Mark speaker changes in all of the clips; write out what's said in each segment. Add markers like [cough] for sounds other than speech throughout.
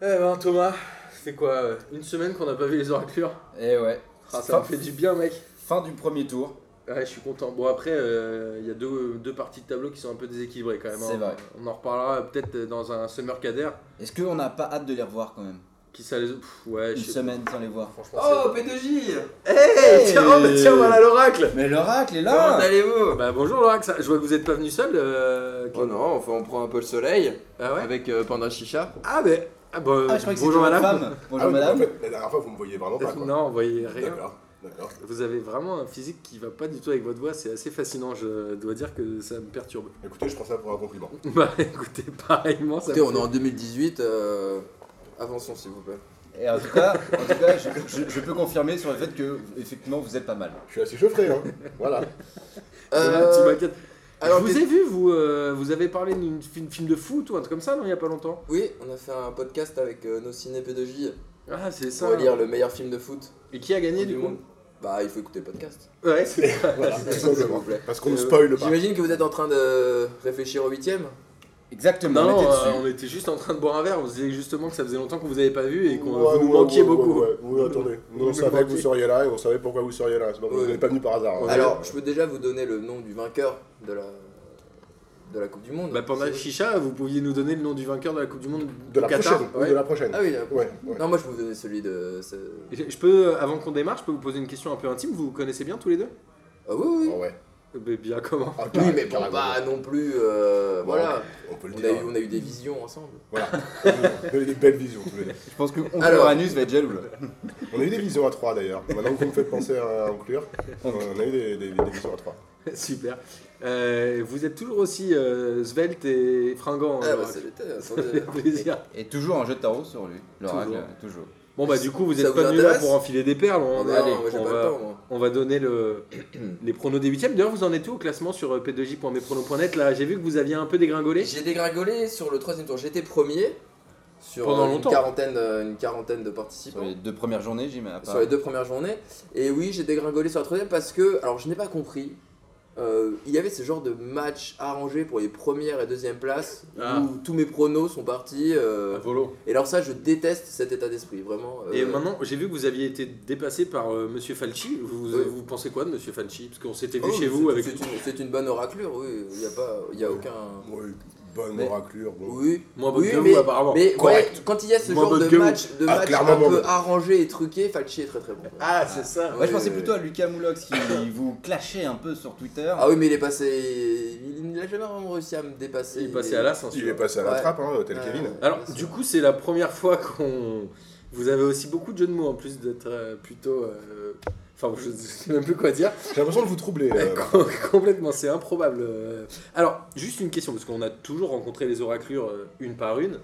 Speaker 1: Eh ben Thomas, c'est quoi euh, Une semaine qu'on n'a pas vu les oraclures
Speaker 2: Et Eh ouais.
Speaker 1: Ah, Ça
Speaker 2: Fin-
Speaker 1: me fait du bien mec
Speaker 2: Fin du premier tour.
Speaker 1: Ouais, je suis content. Bon après, euh, il y a deux, deux parties de tableau qui sont un peu déséquilibrées quand même.
Speaker 2: C'est
Speaker 1: hein.
Speaker 2: vrai.
Speaker 1: On en reparlera peut-être euh, dans un summer cader.
Speaker 2: Est-ce qu'on n'a pas hâte de les revoir quand même
Speaker 1: Qui ça les... Pff, ouais,
Speaker 2: Une
Speaker 1: je sais
Speaker 2: semaine sans les voir.
Speaker 1: Franchement,
Speaker 3: Oh, P2J
Speaker 1: c'est... Hey, Tiens, oh, bah, tiens, voilà l'oracle
Speaker 2: Mais l'oracle est
Speaker 3: Comment
Speaker 2: là
Speaker 3: allez-vous
Speaker 1: Bah bonjour l'oracle, ça- je vois que vous êtes pas venu seul. euh,
Speaker 3: Oh non, enfin on prend un peu le soleil
Speaker 1: Ah ouais
Speaker 3: avec euh, Panda Chicha.
Speaker 1: Ah mais... Ah, bah,
Speaker 2: Ah, je crois que c'était
Speaker 1: bonjour
Speaker 2: votre
Speaker 1: madame.
Speaker 2: femme. Bonjour
Speaker 4: Ah oui,
Speaker 2: madame.
Speaker 4: mais en fait, la dernière fois, vous me voyez vraiment pas,
Speaker 1: [laughs]
Speaker 4: quoi.
Speaker 1: Non, vous voyez rien.
Speaker 4: D'accord, d'accord.
Speaker 1: Vous avez vraiment un physique qui va pas du tout avec votre voix, c'est assez fascinant, je dois dire que ça me perturbe.
Speaker 4: Écoutez, je prends ça pour un compliment.
Speaker 1: [laughs] Bah écoutez, pareillement, ça
Speaker 3: Écoutez,
Speaker 1: me
Speaker 3: on est en 2018, euh, avançons s'il vous plaît.
Speaker 2: Et en tout cas, en tout cas je, je- je peux confirmer sur le fait que effectivement vous êtes pas mal.
Speaker 4: Je suis assez chauffé, hein. Voilà.
Speaker 1: Euh, tu m'inquiètes.
Speaker 3: alors,
Speaker 1: je vous
Speaker 3: qu'est-
Speaker 1: ai vu, vous, euh, vous avez parlé d'un film de foot ou un truc comme ça, non, il y a pas longtemps
Speaker 3: oui, on a fait un podcast avec euh, nos ciné P2J
Speaker 1: Ah, c'est ça.
Speaker 3: pour lire le meilleur film de foot
Speaker 1: Et qui a gagné du
Speaker 3: du
Speaker 1: coup
Speaker 3: monde. Bah, il faut écouter le podcast.
Speaker 1: Ouais, c'est ça.
Speaker 4: voilà, tout simplement.
Speaker 3: plaît.
Speaker 4: Parce qu'on ne spoil pas.
Speaker 3: J'imagine que vous êtes en train de réfléchir au huitième.
Speaker 2: Exactement.
Speaker 1: Non,
Speaker 2: on était
Speaker 1: euh,
Speaker 2: dessus.
Speaker 1: on était juste en train de boire un verre, on se disait justement que ça faisait longtemps qu'on vous avait pas vu et qu'on
Speaker 4: Ouais,
Speaker 1: vous
Speaker 4: ouais,
Speaker 1: manquiez
Speaker 4: ouais,
Speaker 1: beaucoup.
Speaker 4: Ouais, ouais, ouais, attendez. Nous,
Speaker 1: Vous
Speaker 4: on savait que
Speaker 1: manquiez.
Speaker 4: vous seriez là et on savait pourquoi vous seriez là. C'est pas
Speaker 3: Ouais.
Speaker 4: vous n'êtes pas venu par hasard. hein.
Speaker 3: Alors, je peux déjà vous donner le nom du vainqueur de la, de la Coupe du Monde.
Speaker 1: Bah, pendant
Speaker 3: C'est-
Speaker 1: Chicha, vous pouviez nous donner le nom du vainqueur de la Coupe du Monde
Speaker 4: de
Speaker 1: au
Speaker 4: la
Speaker 1: Qatar
Speaker 4: prochaine.
Speaker 1: ouais.
Speaker 4: De la prochaine.
Speaker 3: Ah oui, la-
Speaker 4: Ouais, ouais.
Speaker 3: non, moi je peux vous donner celui de. ce-
Speaker 1: Je peux, euh, avant qu'on démarre, je peux vous poser une question un peu intime. Vous vous connaissez bien tous les deux
Speaker 3: Ah oui, oui.
Speaker 4: Ah ouais.
Speaker 1: Euh, Mais bien comment
Speaker 4: Ah,
Speaker 3: Oui,
Speaker 4: carrément,
Speaker 3: mais bon,
Speaker 4: carrément.
Speaker 3: bah non plus. euh,
Speaker 4: Bon,
Speaker 3: voilà.
Speaker 4: On peut le
Speaker 3: On a, eu,
Speaker 4: dire. hein.
Speaker 3: on a eu des visions ensemble.
Speaker 4: Voilà. On a eu des belles visions, tous les deux.
Speaker 2: Je pense que oncle
Speaker 3: Alors-
Speaker 2: Uranus va être jaloux là.
Speaker 4: On a eu des visions à trois, d'ailleurs. Maintenant que vous me faites penser à inclure, on a eu des, des- des visions à trois.
Speaker 1: [laughs] Super. Euh, vous êtes toujours aussi euh, svelte et fringant.
Speaker 3: Ah
Speaker 1: hein,
Speaker 3: bah
Speaker 1: Laura.
Speaker 3: ça [laughs] l'était,
Speaker 1: Ça fait
Speaker 3: attendez.
Speaker 1: plaisir.
Speaker 2: Et toujours un jeu de tarot sur lui. L'oracle,
Speaker 1: Toujours.
Speaker 2: euh, toujours.
Speaker 1: Bon bah du coup vous
Speaker 3: Ça
Speaker 1: êtes
Speaker 3: vous
Speaker 1: pas venus là
Speaker 3: intéresse
Speaker 1: pour enfiler des perles.
Speaker 3: Non,
Speaker 1: On,
Speaker 3: mais
Speaker 1: allez,
Speaker 3: non, moi j'ai
Speaker 1: on
Speaker 3: pas
Speaker 1: va,
Speaker 3: le temps, moi.
Speaker 1: on va donner le, [clears throat] les pronos des huitièmes. D'ailleurs vous en êtes où au classement sur euh, p2j.mespronos.net Là j'ai vu que vous aviez un peu dégringolé.
Speaker 3: J'ai dégringolé sur le troisième tour. J'étais premier sur
Speaker 1: Pendant
Speaker 3: euh, une,
Speaker 1: longtemps.
Speaker 3: quarantaine, euh, une quarantaine de participants.
Speaker 2: Sur les deux premières journées, j'y mets à part.
Speaker 3: sur les deux premières journées. Et oui, j'ai dégringolé sur la troisième parce que, alors je n'ai pas compris, euh, il y avait ce genre de match arrangé pour les premières et deuxièmes places
Speaker 1: Ah.
Speaker 3: où tous mes pronos sont partis. euh,
Speaker 1: Bah, volo.
Speaker 3: et alors ça, je déteste cet état d'esprit, vraiment. euh,
Speaker 1: Et maintenant j'ai vu que vous aviez été dépassé par euh, Monsieur Falchi. Vous,
Speaker 3: Oui.
Speaker 1: vous pensez quoi de Monsieur Falchi Parce qu'on s'était
Speaker 3: oh,
Speaker 1: vu chez
Speaker 3: c'est-
Speaker 1: vous avec.
Speaker 3: C'est une, c'est une bonne oraclure, oui. Il n'y a, pas- il y a aucun.
Speaker 4: Ouais, bonne
Speaker 2: Mais-
Speaker 4: oraclure. Bon.
Speaker 3: Oui.
Speaker 1: Moins bonne
Speaker 3: Oui,
Speaker 1: que vous,
Speaker 3: mais-
Speaker 1: apparemment.
Speaker 3: Mais
Speaker 4: Correct.
Speaker 3: ouais, quand il y a ce
Speaker 1: Moins
Speaker 3: genre
Speaker 1: bonne
Speaker 3: de
Speaker 1: que vous.
Speaker 3: match, de
Speaker 4: Ah,
Speaker 3: match
Speaker 4: clairement
Speaker 3: un
Speaker 4: moins
Speaker 3: peu
Speaker 4: bonne.
Speaker 3: arrangé et truqué, Falchi est très très bon.
Speaker 1: Ah c'est ça.
Speaker 2: Moi je pensais
Speaker 3: Oui,
Speaker 2: plutôt à Lucas Moulox qui vous clashait un peu sur Twitter.
Speaker 3: Ah oui, mais il est passé. Il n'a jamais vraiment réussi à Ah, me dépasser. Euh,
Speaker 1: Il est passé à la censure.
Speaker 4: Il est passé à la
Speaker 3: Ouais.
Speaker 4: trappe, hein, tel Kevin.
Speaker 1: Alors, du coup, c'est la première fois qu'on. Vous avez aussi beaucoup de jeux de mots en plus d'être euh, plutôt. euh, Enfin, je sais même plus quoi dire.
Speaker 4: J'ai l'impression de
Speaker 1: [laughs]
Speaker 4: vous troubler. euh,
Speaker 1: Com- Complètement, c'est improbable. euh. Alors, juste une question, parce qu'on a toujours rencontré les oraclures euh, une par une.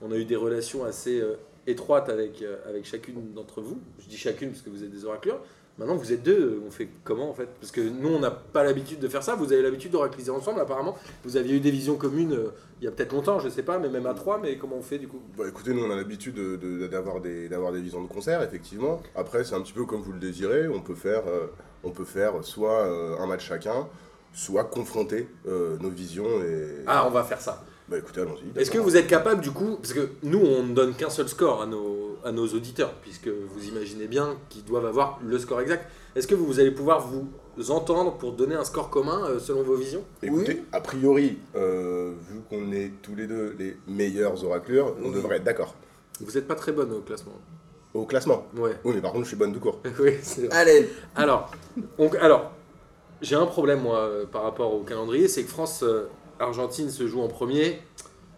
Speaker 1: On a eu des relations assez euh, étroites avec, euh, avec chacune d'entre vous. Je dis chacune parce que vous êtes des oraclures. Maintenant, vous êtes deux, on fait comment en fait Parce que nous, on n'a pas l'habitude de faire ça. Vous avez l'habitude d'oracliser ensemble, apparemment. Vous aviez eu des visions communes euh, il y a peut-être longtemps, je sais pas, mais même à trois. Mais comment on fait du coup
Speaker 4: Bah écoutez, nous on a l'habitude de- de- d'avoir des, d'avoir des visions de concert, effectivement. Après, c'est un petit peu comme vous le désirez, on peut faire, euh, on peut faire soit euh, un match chacun, soit confronter euh, nos visions et...
Speaker 1: Ah, on va faire ça.
Speaker 4: Bah écoutez, allons-y.
Speaker 1: Est-ce que
Speaker 4: d'accord.
Speaker 1: vous êtes capable du coup, parce que nous on ne donne qu'un seul score à nos, à nos auditeurs, puisque vous imaginez bien qu'ils doivent avoir le score exact, est-ce que vous, vous allez pouvoir vous entendre pour donner un score commun euh, selon vos visions
Speaker 4: Écoutez, a priori, euh, vu qu'on est tous les deux les meilleurs oraclures, on
Speaker 3: Oui.
Speaker 4: devrait être d'accord.
Speaker 1: Vous n'êtes pas très bonne au classement.
Speaker 4: Au classement.
Speaker 1: Ouais. [laughs]
Speaker 4: Oui, mais par contre, je suis bonne tout court.
Speaker 1: oui, c'est vrai.
Speaker 3: Allez,
Speaker 1: Alors, on- alors j'ai un problème moi euh, par rapport au calendrier, c'est que France-Argentine se joue en premier.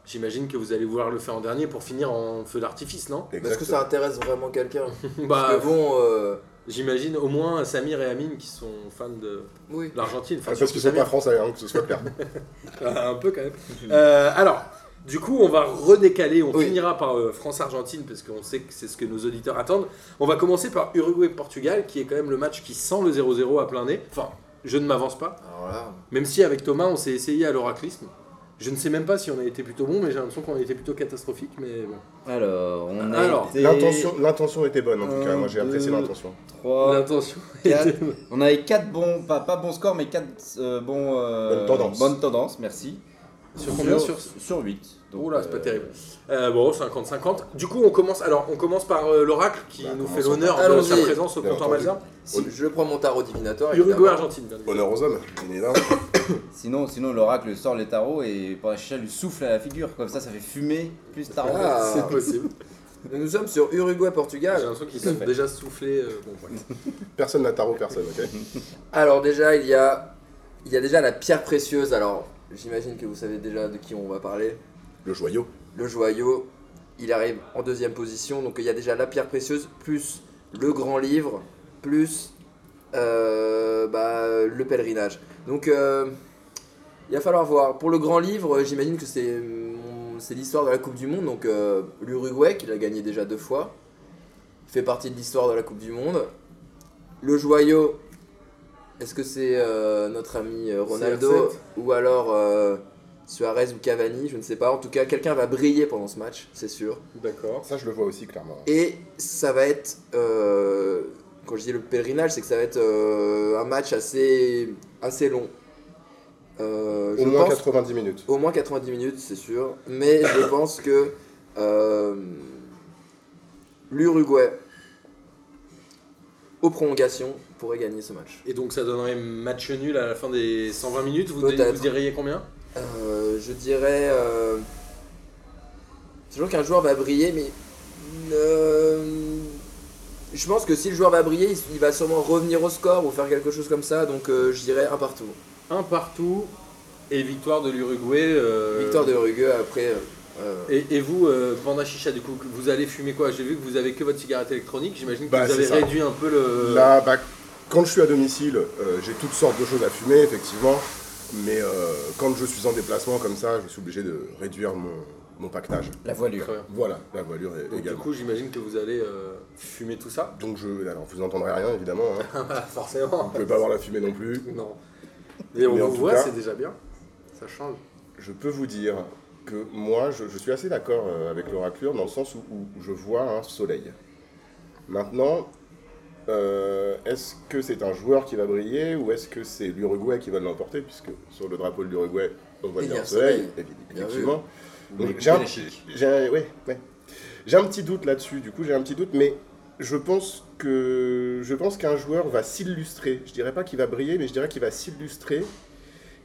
Speaker 1: J'imagine que vous allez vouloir le faire en dernier pour finir en feu d'artifice, non
Speaker 3: est-ce que ça intéresse vraiment quelqu'un Parce
Speaker 1: Bah,
Speaker 3: que bon, euh,
Speaker 1: j'imagine au moins Samir et Amine qui sont fans de
Speaker 3: oui.
Speaker 1: de l'Argentine. enfin,
Speaker 4: Ah, Parce
Speaker 1: surtout
Speaker 4: qu'ils sont
Speaker 1: Samir.
Speaker 4: pas français, hein, que ce soit clair.
Speaker 1: Ah, un peu quand même. Euh, alors, du coup, on va redécaler. On
Speaker 3: Oui.
Speaker 1: finira par euh, France-Argentine parce qu'on sait que c'est ce que nos auditeurs attendent. On va commencer par Uruguay-Portugal, qui est quand même le match qui sent le 0-0 à plein nez. Enfin, je ne m'avance pas.
Speaker 3: Alors là,
Speaker 1: Même si avec Thomas, on s'est essayé à l'oraclisme. Je ne sais même pas si on a été plutôt bon, mais j'ai l'impression qu'on a été plutôt catastrophique. Mais bon.
Speaker 2: Alors, on a
Speaker 1: Alors,
Speaker 2: été
Speaker 4: L'intention l'intention était bonne, en tout cas.
Speaker 2: Un,
Speaker 4: Moi, j'ai apprécié
Speaker 2: deux,
Speaker 4: l'intention.
Speaker 2: trois,
Speaker 1: L'intention.
Speaker 2: Euh, quatre.
Speaker 1: était-
Speaker 2: On avait 4 bons, pas, pas bons scores, mais 4 bons. euh,
Speaker 4: Bonnes tendances.
Speaker 2: bonnes tendances, merci.
Speaker 1: Sur combien sur...
Speaker 2: 8. Donc,
Speaker 1: Oula, c'est pas
Speaker 2: euh,
Speaker 1: terrible. Euh, bon, 50-50. Du coup, on commence. Alors, on commence par euh, l'oracle qui
Speaker 4: Bah,
Speaker 1: nous fait
Speaker 4: commençons
Speaker 1: l'honneur
Speaker 3: par-
Speaker 1: de sa
Speaker 3: Allons-y.
Speaker 1: présence au
Speaker 4: Bien
Speaker 1: comptoir
Speaker 4: entendu.
Speaker 1: Malzard.
Speaker 3: Si, je prends mon tarot divinatoire. évidemment.
Speaker 1: Uruguay-Argentine. bien évidemment.
Speaker 4: Honneur aux hommes, bien évidemment.
Speaker 2: Sinon, sinon l'oracle sort les tarots et Parachicha lui souffle à la figure. Comme ça, ça fait fumer plus tarot.
Speaker 3: Ah.
Speaker 1: C'est possible.
Speaker 3: Nous sommes sur
Speaker 1: J'ai
Speaker 3: Uruguay-Portugal.
Speaker 1: l'impression qu'ils sont déjà soufflés. euh, bon, voilà.
Speaker 4: Personne n'a tarot, personne, ok
Speaker 3: Alors déjà, il y a, il y a déjà la pierre précieuse. Alors, j'imagine que vous savez déjà de qui on va parler.
Speaker 4: Le joyau.
Speaker 3: Le joyau, il arrive en deuxième position. Donc il y a déjà la pierre précieuse, plus le grand livre, plus euh, bah, le pèlerinage. Donc euh, il va falloir voir. Pour le grand livre, euh, j'imagine que c'est mm, c'est l'histoire de la Coupe du Monde. Donc euh, l'Uruguay, qui l'a gagné déjà deux fois, fait partie de l'histoire de la Coupe du Monde. Le joyau, est-ce que c'est euh, notre ami euh, Ronaldo
Speaker 1: CR7?
Speaker 3: ou alors euh, Suarez ou Cavani Je ne sais pas. En tout cas, quelqu'un va briller pendant ce match, c'est sûr.
Speaker 1: D'accord.
Speaker 4: Ça, je le vois aussi clairement.
Speaker 3: Et ça va être, euh, quand je dis le pèlerinage, c'est que ça va être euh, un match assez, assez long. Euh, je
Speaker 4: Au moins
Speaker 3: pense
Speaker 4: 90 minutes.
Speaker 3: au moins 90 minutes, c'est sûr. Mais
Speaker 4: [coughs]
Speaker 3: je pense que euh, l'Uruguay, aux prolongations, pourrait gagner ce match.
Speaker 1: Et donc, ça donnerait match nul à la fin des 120 minutes. Vous,
Speaker 3: Peut-être.
Speaker 1: vous diriez combien
Speaker 3: Euh, je dirais. euh, c'est toujours qu'un joueur va briller, mais. euh, je pense que si le joueur va briller, il, il va sûrement revenir au score ou faire quelque chose comme ça, donc euh, je dirais un partout.
Speaker 1: Un partout et victoire de l'Uruguay. euh,
Speaker 3: Victoire de Rugueux après. euh, euh,
Speaker 1: Et, et vous, euh, Panda Chicha, du coup, que vous allez fumer quoi J'ai vu que vous avez que votre cigarette électronique. J'imagine que
Speaker 4: Bah,
Speaker 1: vous
Speaker 4: c'est
Speaker 1: avez
Speaker 4: ça.
Speaker 1: réduit un peu le.
Speaker 4: Là, bah, quand je suis à domicile, euh, j'ai toutes sortes de choses à fumer, effectivement. Mais euh, quand je suis en déplacement comme ça, je suis obligé de réduire mon, mon pactage.
Speaker 2: La voilure.
Speaker 1: Très bien.
Speaker 4: Voilà, la voilure est-
Speaker 1: Donc, du
Speaker 4: également.
Speaker 1: coup, j'imagine que vous allez euh, fumer tout ça.
Speaker 4: Donc, je, alors, vous n'entendrez rien, évidemment. hein.
Speaker 1: Ah, forcément.
Speaker 4: Vous pouvez pas voir la fumée non plus.
Speaker 1: Non. Et on
Speaker 4: Mais en
Speaker 1: vous
Speaker 4: tout
Speaker 1: voit,
Speaker 4: cas-
Speaker 1: c'est déjà bien. Ça change.
Speaker 4: Je peux vous dire que moi, je, je suis assez d'accord euh, avec l'oraclure dans le sens où, où je vois un soleil. Maintenant, euh, est-ce que c'est un joueur qui va briller ou est-ce que c'est l'Uruguay qui va l'emporter Puisque sur le drapeau de l'Uruguay, on voit
Speaker 3: Il y
Speaker 4: bien
Speaker 3: a
Speaker 4: un
Speaker 3: un
Speaker 4: soleil,
Speaker 3: soleil.
Speaker 4: évi-
Speaker 3: Bien
Speaker 4: effectivement. Donc,
Speaker 2: Mais
Speaker 4: j'ai un,
Speaker 2: Belichick.
Speaker 4: j'ai un- ouais, ouais. J'ai un petit doute là-dessus, du coup, j'ai un petit doute, mais je pense que je pense qu'un joueur va s'illustrer. Je dirais pas qu'il va briller, mais je dirais qu'il va s'illustrer.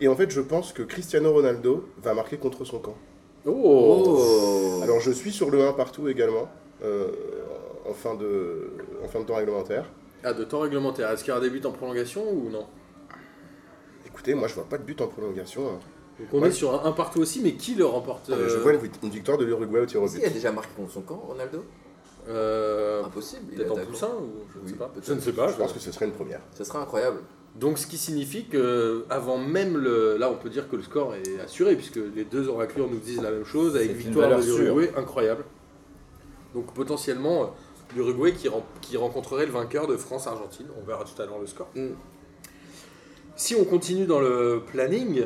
Speaker 4: Et en fait, je pense que Cristiano Ronaldo va marquer contre son camp.
Speaker 1: Oh,
Speaker 4: Alors, je suis sur le 1 partout également, euh, en, fin de, en fin de temps réglementaire.
Speaker 1: Ah, de temps réglementaire. Est-ce qu'il y aura des buts en prolongation ou non
Speaker 4: Écoutez, moi, je vois pas de but en prolongation. hein.
Speaker 1: Donc, on
Speaker 4: Ouais.
Speaker 1: est sur un, un partout aussi, mais qui le remporte
Speaker 4: Euh, Je
Speaker 1: euh,
Speaker 4: vois une, une victoire de l'Uruguay au tir au
Speaker 3: Est-ce qu'il a
Speaker 4: but.
Speaker 3: déjà marqué contre son camp, Ronaldo
Speaker 1: euh,
Speaker 3: Impossible. Ah, il
Speaker 1: Peut-être en
Speaker 3: attaque.
Speaker 1: poussin ou je ne
Speaker 3: Oui,
Speaker 1: sais pas.
Speaker 3: peut-être.
Speaker 1: Je ne sais pas.
Speaker 4: Je pense que ce serait une première.
Speaker 3: Ce sera incroyable.
Speaker 1: Donc ce qui signifie que avant même le là on peut dire que le score est assuré puisque les deux oraclures nous disent la même chose avec
Speaker 2: C'est une
Speaker 1: victoire
Speaker 2: valeur
Speaker 1: de l'Uruguay incroyable. Donc potentiellement euh, l'Uruguay qui, ren- qui rencontrerait le vainqueur de France Argentine, on verra tout à l'heure le score.
Speaker 3: Mm.
Speaker 1: Si on continue dans le planning,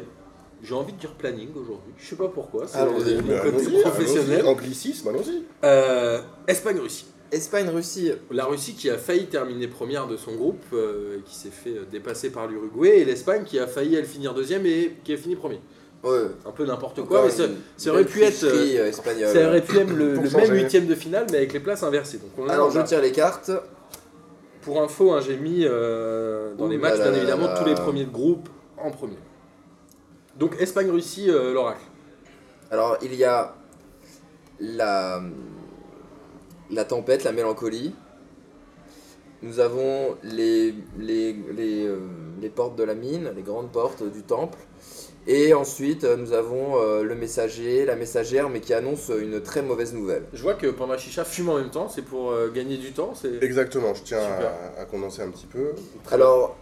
Speaker 1: j'ai envie de dire planning aujourd'hui, je sais pas pourquoi, c'est mon
Speaker 3: Allons-y.
Speaker 4: Mais
Speaker 1: côté
Speaker 4: Bah, allons-y,
Speaker 1: professionnel.
Speaker 4: allons-y, Anglicisme, allons-y.
Speaker 1: Euh, Espagne-Russie.
Speaker 3: Espagne-Russie.
Speaker 1: La Russie qui a failli terminer première de son groupe, euh, et qui s'est fait euh, dépasser par l'Uruguay, et l'Espagne qui a failli elle finir deuxième et qui a fini premier.
Speaker 3: Ouais.
Speaker 1: Un peu n'importe quoi,
Speaker 3: Encore
Speaker 1: mais ça,
Speaker 3: une
Speaker 1: ça aurait
Speaker 3: belle
Speaker 1: pu être, euh,
Speaker 3: tricherie, euh, espagnole.
Speaker 1: ça aurait pu être le,
Speaker 4: Pour
Speaker 1: le
Speaker 4: changer.
Speaker 1: même huitième de finale, mais avec les places inversées. Donc on a-
Speaker 3: Alors
Speaker 1: on
Speaker 3: je
Speaker 1: a-
Speaker 3: tire les cartes.
Speaker 1: Pour info, hein, j'ai mis euh, dans
Speaker 3: Ouh
Speaker 1: les
Speaker 3: là
Speaker 1: matchs,
Speaker 3: là
Speaker 1: bien
Speaker 3: là
Speaker 1: évidemment,
Speaker 3: là.
Speaker 1: tous les premiers de groupe en premier. Donc Espagne-Russie, euh, l'oracle.
Speaker 3: Alors, il y a la, la tempête, la mélancolie. Nous avons les, les, les, euh, les portes de la mine, les grandes portes du temple. Et ensuite, euh, nous avons euh, le messager, la messagère, mais qui annonce une très mauvaise nouvelle.
Speaker 1: Je vois que Panda Chicha fume en même temps, c'est pour euh, gagner du temps. C'est...
Speaker 4: Exactement, je tiens
Speaker 1: Super.
Speaker 4: à, à condenser un petit peu.
Speaker 3: Alors,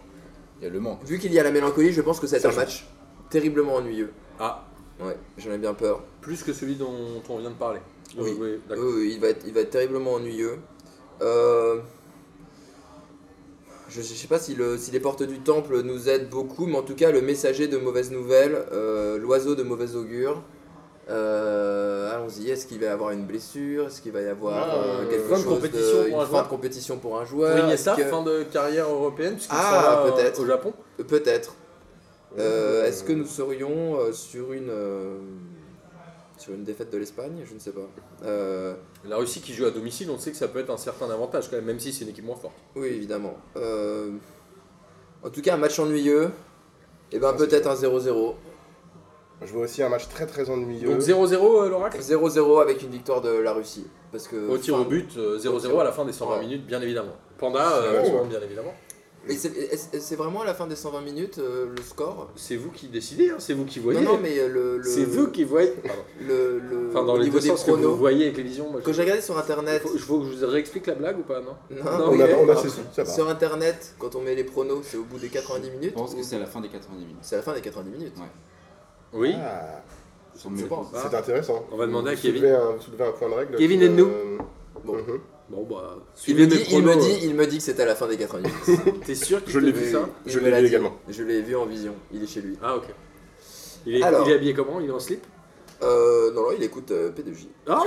Speaker 2: Il y a le manque.
Speaker 3: vu qu'il y a la mélancolie, je pense que ça va
Speaker 4: Ça
Speaker 3: être un
Speaker 4: joue.
Speaker 3: match terriblement ennuyeux.
Speaker 1: Ah,
Speaker 3: Ouais, j'en ai bien peur.
Speaker 1: plus que celui dont on vient de parler.
Speaker 3: Oui.
Speaker 1: L'Uruguay, d'accord.
Speaker 3: Oui, oui, il va être, il va être terriblement ennuyeux. Euh, je, je sais pas si, le, si les portes du temple nous aident beaucoup, mais en tout cas, le messager de mauvaise nouvelle, euh, l'oiseau de mauvais augure. euh, Allons-y, est-ce qu'il va y avoir une blessure Est-ce qu'il va y avoir
Speaker 4: Ah,
Speaker 3: euh,
Speaker 4: euh,
Speaker 3: quelque
Speaker 1: fin de
Speaker 3: chose
Speaker 1: compétition pour un
Speaker 3: de, une fin
Speaker 1: joueur
Speaker 3: de compétition pour un
Speaker 1: Pour
Speaker 3: joueur
Speaker 1: Iniesta,
Speaker 3: Est-ce que-
Speaker 1: fin de carrière européenne, puisqu'il
Speaker 3: Ah,
Speaker 1: sera, euh,
Speaker 3: peut-être.
Speaker 1: au Japon.
Speaker 3: Peut-être. Euh, Est-ce que nous serions euh, sur une euh, sur une défaite de l'Espagne Je ne sais pas. Euh,
Speaker 1: La Russie qui joue à domicile, on sait que ça peut être un certain avantage quand même, même si c'est une équipe moins forte.
Speaker 3: oui, évidemment. Euh, en tout cas, un match ennuyeux. Et ben
Speaker 4: Ah, c'est
Speaker 3: peut-être un 0-0.
Speaker 4: Je vois aussi un match très très ennuyeux.
Speaker 1: Donc 0-0 euh, l'Oracle
Speaker 3: 0-0 avec une victoire de la Russie. Parce que.
Speaker 1: Au tir
Speaker 3: fin-
Speaker 1: au but, euh, 0-0 à la fin des 120 minutes, bien évidemment. Panda, euh,
Speaker 4: Ouais.
Speaker 1: souvent, bien évidemment.
Speaker 3: Mais c'est est-ce- c'est vraiment à la fin des 120 minutes euh, le score
Speaker 1: C'est vous qui décidez, hein, c'est vous qui voyez.
Speaker 3: Non, non, mais euh, le. le-
Speaker 1: C'est vous qui voyez. Pardon.
Speaker 3: Le, le-
Speaker 1: Enfin, dans
Speaker 3: au
Speaker 1: les
Speaker 3: niveau
Speaker 1: deux
Speaker 3: des
Speaker 1: sens que vous
Speaker 3: pronos.
Speaker 1: voyez avec les visions, moi je.
Speaker 3: Quand j'ai regardé sur internet.
Speaker 1: Faut- faut que je vous réexplique la blague ou pas, non
Speaker 3: Non,
Speaker 1: Non,
Speaker 4: On
Speaker 3: ok.
Speaker 4: a, on a
Speaker 3: Ah,
Speaker 4: saisi, ça va.
Speaker 3: Sur internet, quand on met les pronos, c'est au bout des 90
Speaker 2: Je
Speaker 3: minutes.
Speaker 2: pense
Speaker 3: ou-
Speaker 2: que c'est à la fin des 90 minutes.
Speaker 3: c'est à la fin des 90 minutes.
Speaker 1: Oui.
Speaker 4: Ah,
Speaker 2: Sur mes-
Speaker 1: pense.
Speaker 4: c'est intéressant.
Speaker 1: On va demander à
Speaker 4: Vous soulevez
Speaker 1: Kevin.
Speaker 4: un- vous soulevez un point de règle.
Speaker 1: Kevin,
Speaker 4: qui,
Speaker 1: aide-nous.
Speaker 4: euh,
Speaker 3: Bon.
Speaker 4: mhm.
Speaker 1: Bon bah.
Speaker 3: Il me,
Speaker 1: suivez mes
Speaker 3: dit, il, me
Speaker 1: pronos,
Speaker 3: dit, il me dit que c'était à la fin des 90 minutes.
Speaker 1: euh. T'es sûr qu'il
Speaker 4: Je
Speaker 1: t'a
Speaker 4: l'ai
Speaker 1: dit
Speaker 4: vu.
Speaker 1: ça
Speaker 3: Il
Speaker 4: Je
Speaker 3: me
Speaker 4: l'ai
Speaker 3: l'a
Speaker 4: vu
Speaker 3: dit.
Speaker 4: également.
Speaker 3: Je l'ai vu en vision. Il est chez lui.
Speaker 1: Ah ok. Il est,
Speaker 3: Alors.
Speaker 1: il est habillé comment Il est en slip
Speaker 3: Euh, non, non, il écoute euh, P2J.
Speaker 1: Ah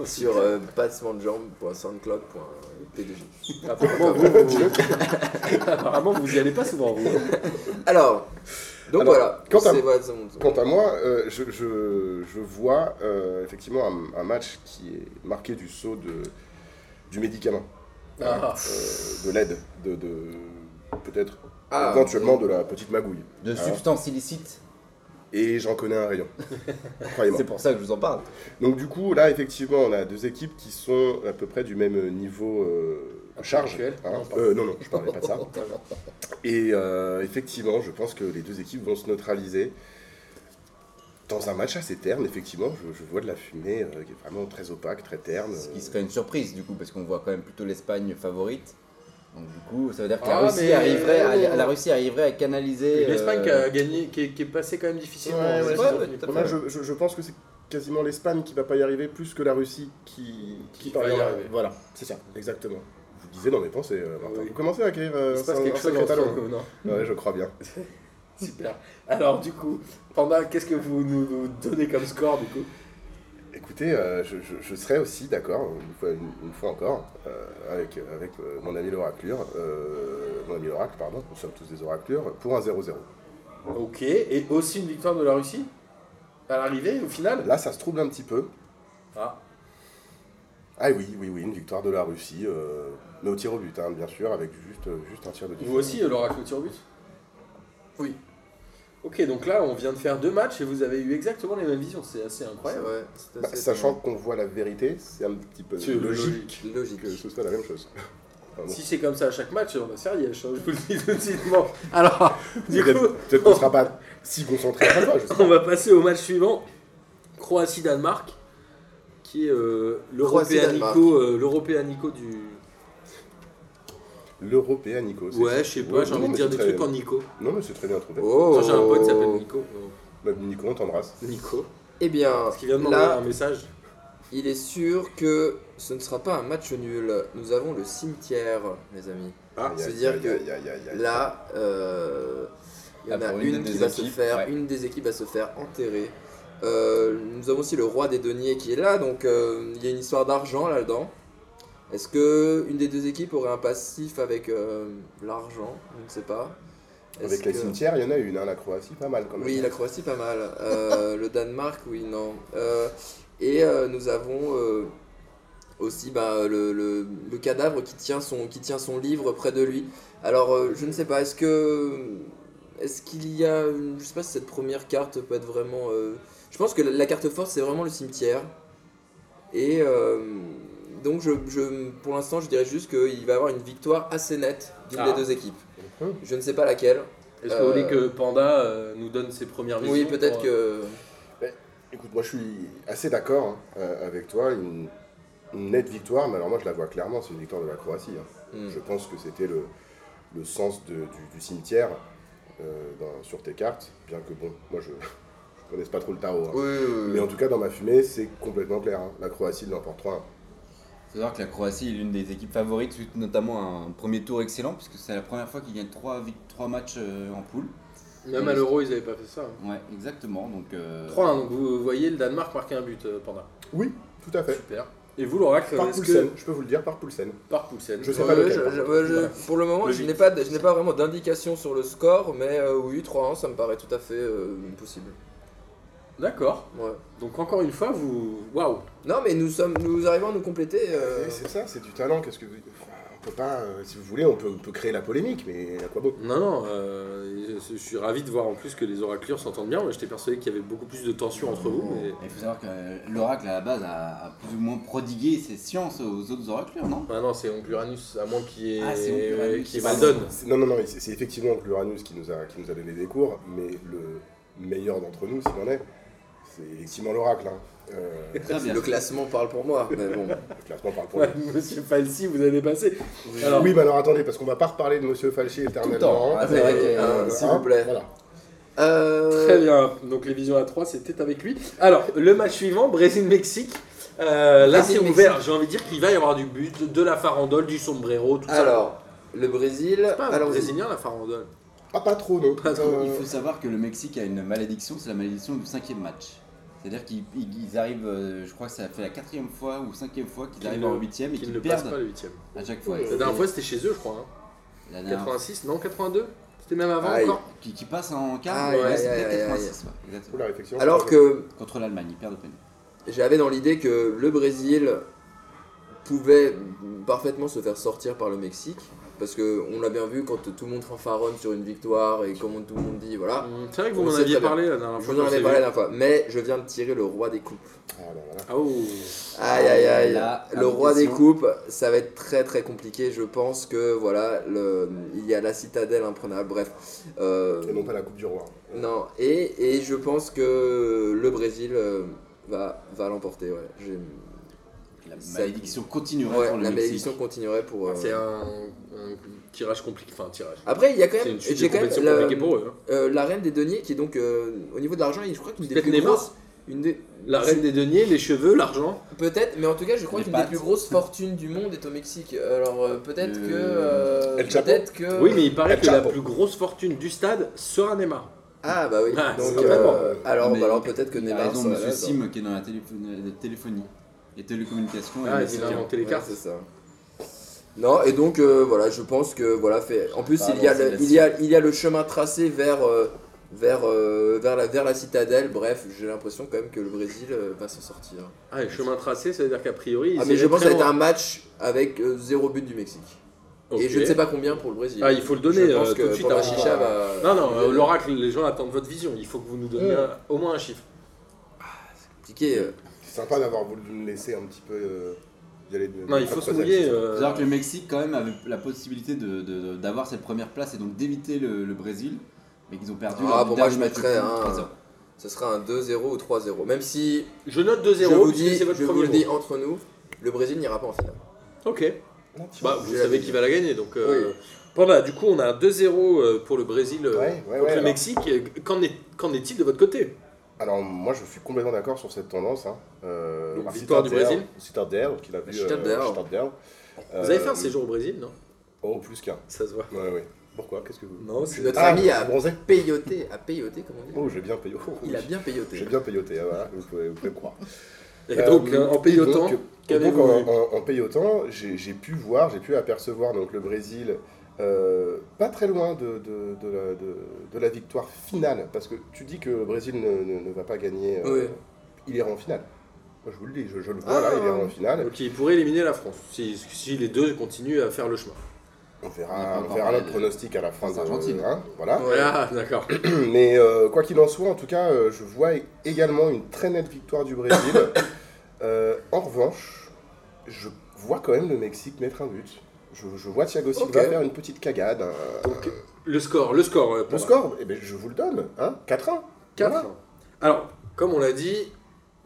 Speaker 1: ou
Speaker 3: Sur euh, passementdejambe.soundcloud.p2j.
Speaker 1: Apparemment vous, vous- Apparemment, vous y allez pas souvent vous.
Speaker 3: Alors, donc
Speaker 4: Alors,
Speaker 3: voilà.
Speaker 4: quant à-
Speaker 3: C'est voilà, c'est mon-
Speaker 4: Quant à moi, euh, je, je- je vois euh, effectivement un, un match qui est marqué du saut de, du médicament,
Speaker 1: Ah.
Speaker 4: euh, de l'aide, de, de- peut-être
Speaker 3: Ah,
Speaker 4: éventuellement de la petite magouille.
Speaker 2: De
Speaker 4: Alors.
Speaker 2: substances illicites.
Speaker 4: Et j'en connais un rayon, croyez-moi.
Speaker 2: C'est pour ça que je vous en parle.
Speaker 4: Donc du coup, là, effectivement, on a deux équipes qui sont à peu près du même niveau euh,
Speaker 1: Ah,
Speaker 4: de charge.
Speaker 1: Intellectuel.
Speaker 4: hein.
Speaker 1: Non,
Speaker 4: Euh, non, non, je
Speaker 1: [laughs]
Speaker 4: parlais pas de ça. Et euh, effectivement, je pense que les deux équipes vont se neutraliser. Dans un match assez terne, effectivement, je, je vois de la fumée euh, qui est vraiment très opaque, très terne.
Speaker 2: Ce qui serait une surprise du coup, parce qu'on voit quand même plutôt l'Espagne favorite. Donc du coup, ça veut dire que la,
Speaker 1: Ah,
Speaker 2: Russie,
Speaker 1: mais-
Speaker 2: arriverait à, la Russie arriverait à canaliser.
Speaker 1: L'Espagne
Speaker 2: euh,
Speaker 1: qui a gagné, qui est, qui est passé quand même difficilement.
Speaker 4: Ouais,
Speaker 1: hein,
Speaker 4: ouais,
Speaker 1: ils
Speaker 2: ouais,
Speaker 1: ont
Speaker 2: ouais,
Speaker 1: fini
Speaker 2: tout à
Speaker 4: Pour
Speaker 1: premier.
Speaker 4: moi, je, je- je pense que c'est quasiment l'Espagne qui va pas y arriver plus que la Russie qui,
Speaker 1: Qui
Speaker 4: parvient
Speaker 1: va y
Speaker 4: à-
Speaker 1: arriver.
Speaker 4: Voilà, c'est ça, exactement. Je vous disais dans mes pensées, euh, Martin.
Speaker 1: Oui.
Speaker 4: Vous commencez à acquérir
Speaker 1: Il
Speaker 4: euh,
Speaker 1: se passe
Speaker 4: un- un
Speaker 1: quelque chose hein.
Speaker 4: sacré
Speaker 1: entre
Speaker 4: talent.
Speaker 1: nous, non
Speaker 4: Ouais, je crois bien.
Speaker 1: Super. Alors du coup, Panda, qu'est-ce que vous nous nous donnez comme score du coup
Speaker 4: Écoutez, euh, je, je- je serais aussi d'accord, une fois, une, une fois encore, euh, avec, avec euh, mon ami l'oraclure, euh, mon ami l'oracle, pardon, nous sommes tous des oraclures, pour un 0-0.
Speaker 1: Ok, et aussi une victoire de la Russie à l'arrivée, au final
Speaker 4: Là, ça se trouble un petit peu.
Speaker 1: Ah,
Speaker 4: Ah oui, oui, oui, une victoire de la Russie, euh, mais au tir au but, hein, bien sûr, avec juste, euh, juste un tir de
Speaker 1: vous aussi, l'oracle au tir au but
Speaker 3: Oui.
Speaker 1: Ok, donc là, on vient de faire deux matchs et vous avez eu exactement les mêmes visions, c'est assez
Speaker 3: Ouais,
Speaker 1: incroyable.
Speaker 3: ouais. c'est
Speaker 4: Bah,
Speaker 3: assez
Speaker 4: sachant qu'on voit la vérité, c'est un petit peu
Speaker 1: C'est
Speaker 4: logique
Speaker 3: Logique.
Speaker 4: que ce soit la même chose. bon.
Speaker 1: Si c'est comme ça à chaque match, on va se faire liège, hein, je vous le dis tout de suite.
Speaker 4: [laughs]
Speaker 1: Bon, alors, du coup,
Speaker 4: Peut-être peut-être qu'on sera pas si concentré à chaque fois, je
Speaker 1: [laughs]
Speaker 4: sais
Speaker 1: on
Speaker 4: pas.
Speaker 1: va passer au match suivant. Croatie-Danemark, qui est euh,
Speaker 3: Croatie-Danemark.
Speaker 1: l'européanico euh, l'européanico du...
Speaker 4: L'européen Nico. c'est-
Speaker 1: Ouais, je sais pas,
Speaker 4: Ouais,
Speaker 1: j'ai
Speaker 4: non,
Speaker 1: envie de
Speaker 4: mais
Speaker 1: dire
Speaker 4: c'est
Speaker 1: des
Speaker 4: très-
Speaker 1: trucs en Nico.
Speaker 4: Non, mais c'est très bien trouvé.
Speaker 3: Oh.
Speaker 1: Ça, J'ai un pote qui s'appelle Nico.
Speaker 4: Bah, Nico, on t'embrasse.
Speaker 1: Nico.
Speaker 3: Eh bien,
Speaker 1: Parce qu'il vient de m'envoyer
Speaker 3: là,
Speaker 1: un message.
Speaker 3: il est sûr que ce ne sera pas un match nul. Nous avons le cimetière, les amis.
Speaker 1: Ah,
Speaker 4: Aïe, aïe,
Speaker 3: c'est-à-dire
Speaker 4: aïe,
Speaker 3: que
Speaker 4: aïe, aïe, aïe, aïe.
Speaker 3: Là, euh, il y en
Speaker 2: Ah,
Speaker 3: a
Speaker 2: pour
Speaker 3: une,
Speaker 2: une
Speaker 3: qui
Speaker 2: des
Speaker 3: va se
Speaker 2: équipes,
Speaker 3: faire,
Speaker 2: ouais.
Speaker 3: une des équipes va se faire enterrer. Euh, nous avons aussi le roi des deniers qui est là, donc euh, il y a une histoire d'argent là-dedans. Est-ce que une des deux équipes aurait un passif avec euh, l'argent Je ne sais pas. Est-ce
Speaker 4: Avec les
Speaker 3: que-
Speaker 4: cimetières, il y en a une, hein, la Croatie, pas mal hein. quand même.
Speaker 3: Oui, la Croatie, pas mal.
Speaker 4: [laughs]
Speaker 3: Euh, le Danemark, oui, non. Euh, et euh, nous avons euh, aussi bah, le, le- le cadavre qui tient, son, qui tient son livre près de lui. Alors, euh, je ne sais pas, est-ce que. Est-ce qu'il y a. une- Je sais pas si cette première carte peut être vraiment. euh, Je pense que la, la carte forte, c'est vraiment le cimetière. Et. euh, donc, je, je- pour l'instant, je dirais juste qu'il va y avoir une victoire assez nette d'une
Speaker 1: Ah.
Speaker 3: des deux équipes.
Speaker 4: Mhm.
Speaker 3: Je ne sais pas laquelle.
Speaker 1: Est-ce que vous voulez
Speaker 3: Euh,
Speaker 1: que Panda euh, nous donne ses premières visions
Speaker 3: Oui, peut-être
Speaker 1: pour, euh,
Speaker 3: que.
Speaker 4: Écoute, moi je suis assez d'accord hein, euh, avec toi. Une, une nette victoire, mais alors moi je la vois clairement, c'est une victoire de la Croatie. hein.
Speaker 3: Hmm.
Speaker 4: Je pense que c'était le, le sens de- du, du cimetière euh, dans- sur tes cartes, bien que bon, moi je ne connaisse pas trop le tarot. hein.
Speaker 3: Oui, oui, oui.
Speaker 4: Mais en tout cas, dans ma fumée, c'est complètement clair. hein. La Croatie l'emporte 3
Speaker 2: Faut savoir que la Croatie est l'une des équipes favorites, suite notamment à un premier tour excellent, puisque c'est la première fois qu'ils gagnent 3, matchs euh, en poule.
Speaker 1: Même à l'Euro, ils n'avaient pas fait ça. hein.
Speaker 2: Ouais, exactement. Donc, euh,
Speaker 1: 3-1, donc vous voyez le Danemark marquer un but, euh, Panda.
Speaker 4: Oui, tout à fait.
Speaker 1: Super. Et vous, l'oracle,
Speaker 4: Par
Speaker 1: est-ce
Speaker 4: Poulsen,
Speaker 1: que
Speaker 4: je peux vous le dire, par Poulsen.
Speaker 1: par Poulsen
Speaker 4: Je sais
Speaker 3: Ouais,
Speaker 4: pas lequel,
Speaker 3: je-
Speaker 4: par
Speaker 3: je-
Speaker 4: contre.
Speaker 3: ouais, je-
Speaker 4: Voilà.
Speaker 3: Pour le moment,
Speaker 1: Le
Speaker 3: je
Speaker 1: huit.
Speaker 3: n'ai pas, de- je n'ai pas vraiment d'indication sur le score, mais euh, oui, 3-1, ça me paraît tout à fait euh, possible.
Speaker 1: D'accord.
Speaker 3: Ouais.
Speaker 1: Donc encore une fois, vous, waouh.
Speaker 3: Non, mais nous, sommes, nous arrivons à nous compléter. euh,
Speaker 4: Et C'est ça, c'est du talent. Qu'est-ce que vous- enfin, on peut pas, euh, si vous voulez, on peut, on peut créer la polémique, mais à quoi bon
Speaker 1: Non, non. euh, je, je suis ravi de voir en plus que les oraclures s'entendent bien. Moi, j'étais persuadé qu'il y avait beaucoup plus de tension entre vous. Mais...
Speaker 2: Il faut savoir que euh, l'oracle à la base a, a plus ou moins prodigué ses sciences aux autres oracles, non
Speaker 1: Ah non, c'est Oncle Uranus, à moins qu'il y ait, euh,
Speaker 2: Ah, c'est Oncle Uranus.
Speaker 1: qu'il y ait Maldon.
Speaker 4: C'est- Non, non, non, c'est c'est effectivement Uranus qui nous, a, qui nous a donné des cours, mais le meilleur d'entre nous, s'il en est, c'est effectivement l'oracle. hein. Euh,
Speaker 2: Très bien.
Speaker 3: le classement parle pour moi, mais bon.
Speaker 4: le classement parle pour lui.
Speaker 1: Ouais, Monsieur Falsi, vous avez passé. Alors,
Speaker 4: Oui, mais alors attendez, parce qu'on va pas reparler de Monsieur Falchi éternellement.
Speaker 1: hein.
Speaker 2: Ah, c'est vrai que,
Speaker 4: Euh,
Speaker 2: euh,
Speaker 3: s'il
Speaker 4: hein,
Speaker 3: vous plaît.
Speaker 4: Voilà.
Speaker 3: [laughs] Euh,
Speaker 1: Très bien, donc les visions à 3, c'était avec lui. Alors, le match suivant, Brésil-Mexique. Euh, là, c'est
Speaker 3: Brésil-Mexique.
Speaker 1: ouvert. J'ai envie de dire qu'il va y avoir du but, de la farandole, du sombrero, tout ça.
Speaker 3: Alors, le Brésil.
Speaker 1: c'est pas
Speaker 3: alors
Speaker 1: brésilien la farandole.
Speaker 4: Ah, pas trop, non.
Speaker 1: Pas trop,
Speaker 4: Euh,
Speaker 2: Il faut savoir que le Mexique a une malédiction, c'est la malédiction du cinquième match. C'est-à-dire qu'ils ils- ils arrivent, euh, je crois que ça fait la quatrième fois ou cinquième fois qu'ils
Speaker 1: Qu'ils
Speaker 2: arrivent
Speaker 1: ne-
Speaker 2: en huitième et
Speaker 1: Qu'il ne
Speaker 2: qu'ils
Speaker 1: passe pas
Speaker 2: perdent
Speaker 1: le 8
Speaker 2: à chaque fois.
Speaker 1: La dernière fois, c'était chez eux, je crois. hein.
Speaker 2: La dernière
Speaker 1: 86, non, 82 C'était même avant
Speaker 3: Aïe.
Speaker 1: encore
Speaker 2: qui, qui passe en quart,
Speaker 3: Aïe,
Speaker 2: ouais,
Speaker 3: aïe,
Speaker 2: c'était
Speaker 3: aïe, aïe,
Speaker 2: 86, ouais, exactement.
Speaker 4: oula, Ah, effectivement,
Speaker 3: alors
Speaker 4: je-
Speaker 3: que
Speaker 2: Contre l'Allemagne, ils perdent au pénal.
Speaker 3: j'avais dans l'idée que le Brésil pouvait parfaitement se faire sortir par le Mexique. Parce que on l'a bien vu quand tout le monde fanfaronne sur une victoire et comment tout le monde dit voilà.
Speaker 1: Hum, C'est vrai que vous
Speaker 3: On
Speaker 1: m'en
Speaker 3: sait
Speaker 1: aviez
Speaker 3: très bien.
Speaker 1: parlé la dernière
Speaker 3: Je
Speaker 1: fois.
Speaker 3: vous en
Speaker 1: qu'on
Speaker 3: avais
Speaker 1: s'est
Speaker 3: parlé la
Speaker 1: vu.
Speaker 3: dernière fois, mais je viens de tirer le roi des coupes.
Speaker 4: Ah, là, là, là.
Speaker 1: Ah, oh.
Speaker 3: Aïe aïe aïe.
Speaker 2: Là,
Speaker 3: le roi des
Speaker 2: invitation.
Speaker 3: coupes, ça va être très très compliqué. Je pense que voilà, le, il y a la citadelle imprenable. Bref. Euh,
Speaker 4: Et non pas la Coupe du Roi.
Speaker 3: non. Et, et je pense que le Brésil euh, va, va l'emporter. Ouais. J'ai-
Speaker 2: La
Speaker 3: Ça-
Speaker 2: malédiction continuera
Speaker 3: Ouais,
Speaker 2: pour le
Speaker 3: la
Speaker 2: Mexique.
Speaker 3: malédiction continuerait pour. euh,
Speaker 1: Ah, C'est un, un tirage compliqué. Enfin, un tirage.
Speaker 3: Après, il y a quand
Speaker 1: C'est
Speaker 3: même,
Speaker 1: une chute
Speaker 3: j'ai
Speaker 1: de
Speaker 3: quand même
Speaker 1: compétition
Speaker 3: la,
Speaker 1: compliquée pour eux. hein.
Speaker 3: euh, la reine des deniers qui est donc euh, au niveau de l'argent, je crois qu'une des
Speaker 1: Peut-être
Speaker 3: plus
Speaker 1: Neymar.
Speaker 3: grosses, une des-
Speaker 1: La reine des deniers, les cheveux, l'argent.
Speaker 3: peut-être, mais en tout cas, je crois
Speaker 2: Les
Speaker 3: qu'une des
Speaker 2: pattes.
Speaker 3: plus grosses fortunes du monde est au Mexique. Alors euh, peut-être
Speaker 2: Le-
Speaker 3: que, euh,
Speaker 4: El Chapo.
Speaker 3: peut-être que.
Speaker 1: Oui, mais il paraît
Speaker 4: El
Speaker 1: que la
Speaker 4: Chapo.
Speaker 1: plus grosse fortune du stade sera Neymar.
Speaker 3: Ah bah oui.
Speaker 1: Ah,
Speaker 3: donc
Speaker 4: c'est
Speaker 3: euh,
Speaker 4: vraiment-
Speaker 3: alors,
Speaker 2: Mais-
Speaker 3: bah, alors peut-être que
Speaker 2: Il a
Speaker 3: Neymar.
Speaker 2: raison,
Speaker 3: sera là,
Speaker 2: monsieur
Speaker 3: ça.
Speaker 2: Sim, qui est dans la téléphonie, la téléphonie et télécommunication.
Speaker 1: Ah,
Speaker 2: et
Speaker 1: il
Speaker 2: c'est
Speaker 1: a inventé les
Speaker 3: Ouais,
Speaker 1: cartes.
Speaker 3: c'est ça. Non, et donc euh, voilà, je pense que voilà, fait. En plus,
Speaker 2: Ah
Speaker 3: il,
Speaker 2: non,
Speaker 3: y a
Speaker 2: c'est
Speaker 3: le,
Speaker 2: la
Speaker 3: il, y a, il y a le chemin tracé vers, euh, vers, euh, vers, la, vers la citadelle. Bref, j'ai l'impression quand même que le Brésil euh, va s'en sortir.
Speaker 1: Ah, le chemin tracé, ça veut dire qu'a priori.
Speaker 3: Ah, mais je pense que ça va être un match avec euh, zéro but du Mexique. Et je ne sais pas combien pour le Brésil.
Speaker 1: Ah, il faut le donner
Speaker 3: Je pense
Speaker 1: euh,
Speaker 3: que
Speaker 1: tout de suite
Speaker 3: Papa
Speaker 1: avant.
Speaker 3: Chicha va. Mm.
Speaker 1: Non, non, euh, l'oracle, les gens attendent votre vision. Il faut que vous nous donniez un- au moins un chiffre.
Speaker 3: Piqué, euh,
Speaker 4: C'est sympa d'avoir voulu me laisser un petit peu euh, y aller de.
Speaker 1: Non, il
Speaker 4: pas
Speaker 1: faut se
Speaker 4: trop
Speaker 1: mouiller.
Speaker 4: axé.
Speaker 1: euh,
Speaker 2: Faut savoir que le Mexique, quand même, avait la possibilité de- de- d'avoir cette première place et donc d'éviter le, le Brésil, mais qu'ils ont perdu.
Speaker 3: Ah,
Speaker 2: lors du
Speaker 3: pour moi,
Speaker 2: dernier
Speaker 3: je
Speaker 2: match
Speaker 3: mettrais
Speaker 2: au
Speaker 3: un-
Speaker 2: 13 heures.
Speaker 3: ce sera un 2-0 ou 3-0. Même si,
Speaker 1: Je note
Speaker 3: je
Speaker 1: 2-0,
Speaker 3: vous,
Speaker 1: puisque
Speaker 3: dis,
Speaker 1: c'est votre
Speaker 3: je vous
Speaker 1: premier
Speaker 3: le dis
Speaker 1: mot.
Speaker 3: entre nous, le Brésil n'ira pas en finale.
Speaker 1: Ok.
Speaker 4: Non, tu
Speaker 1: Bah,
Speaker 4: vois.
Speaker 1: vous
Speaker 3: J'ai
Speaker 1: savez
Speaker 3: la
Speaker 1: qui va la gagner. Donc, euh, voilà, du coup, on a un 2-0 euh, pour le Brésil euh,
Speaker 4: Ouais, ouais, ouais,
Speaker 1: contre le
Speaker 4: alors.
Speaker 1: Mexique. Et Qu'en est- qu'en est-il de votre côté
Speaker 4: Alors moi je suis complètement d'accord sur cette tendance. Hein. Euh,
Speaker 1: Donc,
Speaker 4: par
Speaker 1: victoire du
Speaker 4: Citadel-
Speaker 1: Brésil
Speaker 4: Citadel, qu'il a vu. euh,
Speaker 3: Citadel.
Speaker 4: Citadel.
Speaker 1: Vous avez fait
Speaker 4: Euh,
Speaker 1: un séjour au Brésil, non
Speaker 4: Oh plus qu'un.
Speaker 1: Ça se voit.
Speaker 4: Ouais ouais. Pourquoi Qu'est-ce que vous.
Speaker 1: Non, c'est.
Speaker 3: Notre
Speaker 4: Ah,
Speaker 3: ami a
Speaker 4: bronzé.
Speaker 3: payoté, a payoté, comment on dit
Speaker 4: Oh j'ai bien
Speaker 1: [laughs]
Speaker 4: payé. Oh,
Speaker 3: Il a
Speaker 4: oui.
Speaker 3: bien payoté.
Speaker 4: J'ai bien payoté. ah, voilà. vous, pouvez, vous pouvez me croire.
Speaker 1: Et
Speaker 4: Euh,
Speaker 1: donc, euh, en payotant,
Speaker 4: donc,
Speaker 1: qu'avez-vous
Speaker 4: donc, en-
Speaker 1: vu
Speaker 4: en, en payotant, j'ai j'ai pu voir, j'ai pu apercevoir donc le Brésil euh, pas très loin de, de- de la, de- de la victoire finale. Parce que tu dis que le Brésil ne, ne- ne va pas gagner. euh,
Speaker 3: Oui.
Speaker 4: Il ira en finale. Moi, je vous le dis, je, je le vois
Speaker 3: Ah.
Speaker 4: là, il ira en finale.
Speaker 1: Donc, il pourrait éliminer la France si, si les deux continuent à faire le chemin.
Speaker 4: On
Speaker 2: On n'a
Speaker 4: verra,
Speaker 2: pas
Speaker 4: on
Speaker 2: encore
Speaker 4: verra
Speaker 2: parlé
Speaker 4: notre
Speaker 2: de-
Speaker 4: pronostic à la fin de
Speaker 2: Argentine.
Speaker 4: hein, voilà. [clears throat]
Speaker 3: Ouais.
Speaker 1: Voilà, Ah, d'accord.
Speaker 4: Mais euh, quoi qu'il en soit, en tout cas, euh, je vois e- également une très nette victoire du Brésil. [coughs] Euh, en revanche, je vois quand même le Mexique mettre un but. Je, je vois Thiago Silva
Speaker 3: Ok.
Speaker 4: faire une petite cagade. un-
Speaker 1: Donc, le score, le score. euh,
Speaker 4: le
Speaker 1: pour moi.
Speaker 4: score, eh ben, je vous le donne, hein, 4-1.
Speaker 1: Quatre.
Speaker 4: Voilà.
Speaker 1: Alors, comme on l'a dit,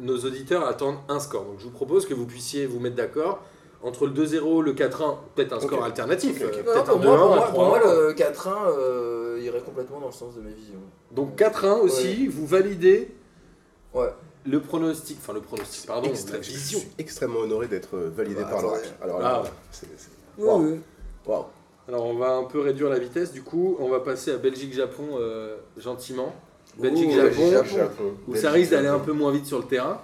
Speaker 1: nos auditeurs attendent un score. Donc, je vous propose que vous puissiez vous mettre d'accord entre le 2-0, le 4-1, peut-être un score
Speaker 4: Ok.
Speaker 1: alternatif.
Speaker 4: Ok, ok.
Speaker 1: euh,
Speaker 3: Non,
Speaker 1: peut-être
Speaker 3: pour,
Speaker 1: un 2-1,
Speaker 3: moi, pour
Speaker 1: un
Speaker 3: moi- pour
Speaker 1: 3-1.
Speaker 3: moi, le 4-1 euh, irait complètement dans le sens de mes visions.
Speaker 1: Donc, 4-1 aussi, vous validez
Speaker 3: Ouais.
Speaker 1: le pronostic, enfin le pronostic, pardon,
Speaker 4: Extra-
Speaker 1: la
Speaker 4: je
Speaker 1: vision.
Speaker 4: suis extrêmement honoré d'être euh, validé
Speaker 3: Bah,
Speaker 4: par
Speaker 3: attendez.
Speaker 4: l'oracle. Alors là,
Speaker 1: Ah.
Speaker 4: c'est- c'est-
Speaker 3: Wow.
Speaker 4: Waouh.
Speaker 1: Alors, on va un peu réduire la vitesse. Du coup, on va passer à Belgique-Japon euh, gentiment. Belgique-Japon,
Speaker 3: Belgique-Japon.
Speaker 4: Japon,
Speaker 1: où
Speaker 4: Belgique,
Speaker 1: ça risque d'aller un
Speaker 4: Japon.
Speaker 1: peu moins vite sur le terrain.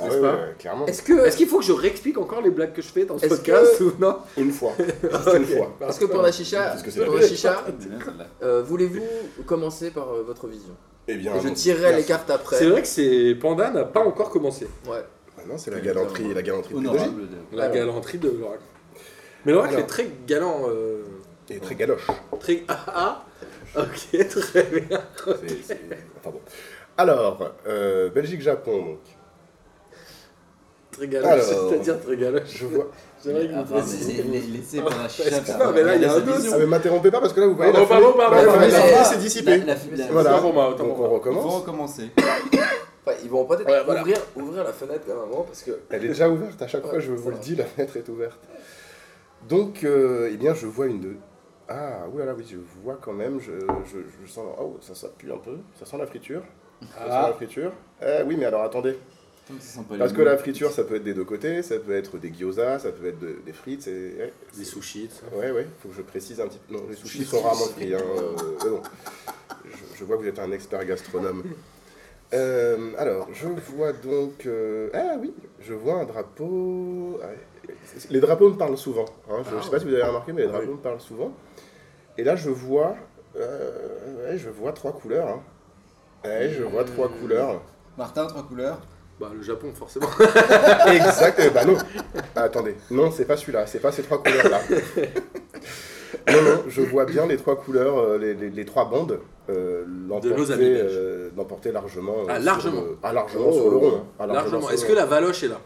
Speaker 4: Ah
Speaker 1: N'est-ce
Speaker 4: ouais,
Speaker 1: pas
Speaker 4: ouais, clairement.
Speaker 3: Est-ce que,
Speaker 1: Est-ce qu'il faut que je réexplique encore les blagues que je fais dans ce
Speaker 3: Est-ce
Speaker 1: podcast [laughs] ou non
Speaker 4: Une fois. Juste une fois.
Speaker 3: est-ce Ah, que pour la chicha,
Speaker 4: Parce que c'est la
Speaker 3: pour la
Speaker 4: vraie.
Speaker 3: chicha,
Speaker 2: celle-là.
Speaker 3: euh, voulez-vous commencer par euh, votre vision
Speaker 4: Eh bien,
Speaker 3: Et Je
Speaker 4: non.
Speaker 3: tirerai les
Speaker 4: Merci.
Speaker 3: cartes après.
Speaker 1: C'est vrai que c'est Panda n'a pas encore commencé
Speaker 3: Ouais.
Speaker 4: Ah non, c'est la galanterie, la galanterie pédagogique.
Speaker 2: Honorable. de-
Speaker 1: la
Speaker 3: Alors.
Speaker 1: galanterie de l'oracle. Mais l'oracle
Speaker 4: Alors.
Speaker 1: est très galant. euh,
Speaker 4: Et très galoche.
Speaker 1: très. [laughs] Ah, ah. Ok, très bien.
Speaker 4: C'est- c'est- enfin bon. Alors, euh, Belgique-Japon, donc.
Speaker 1: Très galant,
Speaker 4: Alors.
Speaker 3: [laughs]
Speaker 1: c'est-à-dire très galant.
Speaker 4: Je vois.
Speaker 1: J'aimerais
Speaker 3: Ah,
Speaker 1: que vous
Speaker 2: Enfin,
Speaker 1: précisiez.
Speaker 2: laissez- laissez pour la chicha.
Speaker 1: Excuse-moi, mais là, il y a un doute.
Speaker 4: Ah, mais m'interrompez pas parce que là, vous voyez.
Speaker 1: Pardon,
Speaker 4: la fumée-
Speaker 1: pardon, pardon,
Speaker 4: la
Speaker 3: pardon,
Speaker 4: fumée- la
Speaker 3: mais-
Speaker 4: fumée s'est dissipée. Voilà.
Speaker 1: Autant pour moi, autant pour
Speaker 4: Donc, on
Speaker 1: moi.
Speaker 2: On va
Speaker 4: recommence.
Speaker 2: recommencer.
Speaker 3: Enfin, ils vont peut-être
Speaker 1: Ouais, voilà.
Speaker 3: ouvrir, ouvrir la fenêtre à un moment parce que.
Speaker 4: Elle est déjà ouverte à chaque
Speaker 3: Ouais,
Speaker 4: fois, je vous
Speaker 3: ça
Speaker 4: le
Speaker 3: va.
Speaker 4: dis, la fenêtre est ouverte. Donc, euh, eh bien, je vois une de. Ah, oulala, oui, je vois quand même, je, je, je sens. Oh, ça, ça pue un peu, ça sent la friture. Ça sent la
Speaker 1: Ah,
Speaker 4: friture. Eh oui, mais alors attendez.
Speaker 2: Tant que ça sent pas
Speaker 4: Parce
Speaker 2: les
Speaker 4: que la
Speaker 2: moules.
Speaker 4: friture, ça peut être des deux côtés, ça peut être des gyoza, ça peut être de- des frites. Et... ouais,
Speaker 1: des sushis.
Speaker 4: Ouais, ouais, faut que je précise un petit peu. Non, les sushis sont rarement frits. hein, euh, mais bon. je, je vois que vous êtes un expert gastronome. Euh, alors, je vois donc. euh, ah oui, je vois un drapeau. ah, Les drapeaux me parlent souvent. hein, je ne sais pas si vous avez remarqué, mais les drapeaux me parlent souvent. Et là, je vois. euh, ouais, je vois trois couleurs. hein. Ouais, je vois trois couleurs.
Speaker 2: Martin, trois couleurs.
Speaker 1: Bah, le Japon, forcément.
Speaker 4: Exact, euh, bah non. Attendez, non, c'est pas celui-là, c'est pas ces
Speaker 1: [laughs]
Speaker 4: trois couleurs-là. Non, non, je vois bien les trois couleurs, euh, les, les- les trois bandes, euh,
Speaker 1: De nos
Speaker 4: l'emporter
Speaker 1: amis belges.
Speaker 4: euh, l'emporter largement. euh,
Speaker 1: Ah,
Speaker 4: sur
Speaker 1: largement. Oh.
Speaker 4: le- ah, largement sur le rond. hein. Ah,
Speaker 1: Largement.
Speaker 4: sur
Speaker 1: Est-ce
Speaker 4: le
Speaker 1: que
Speaker 4: rond.
Speaker 1: la valoche est là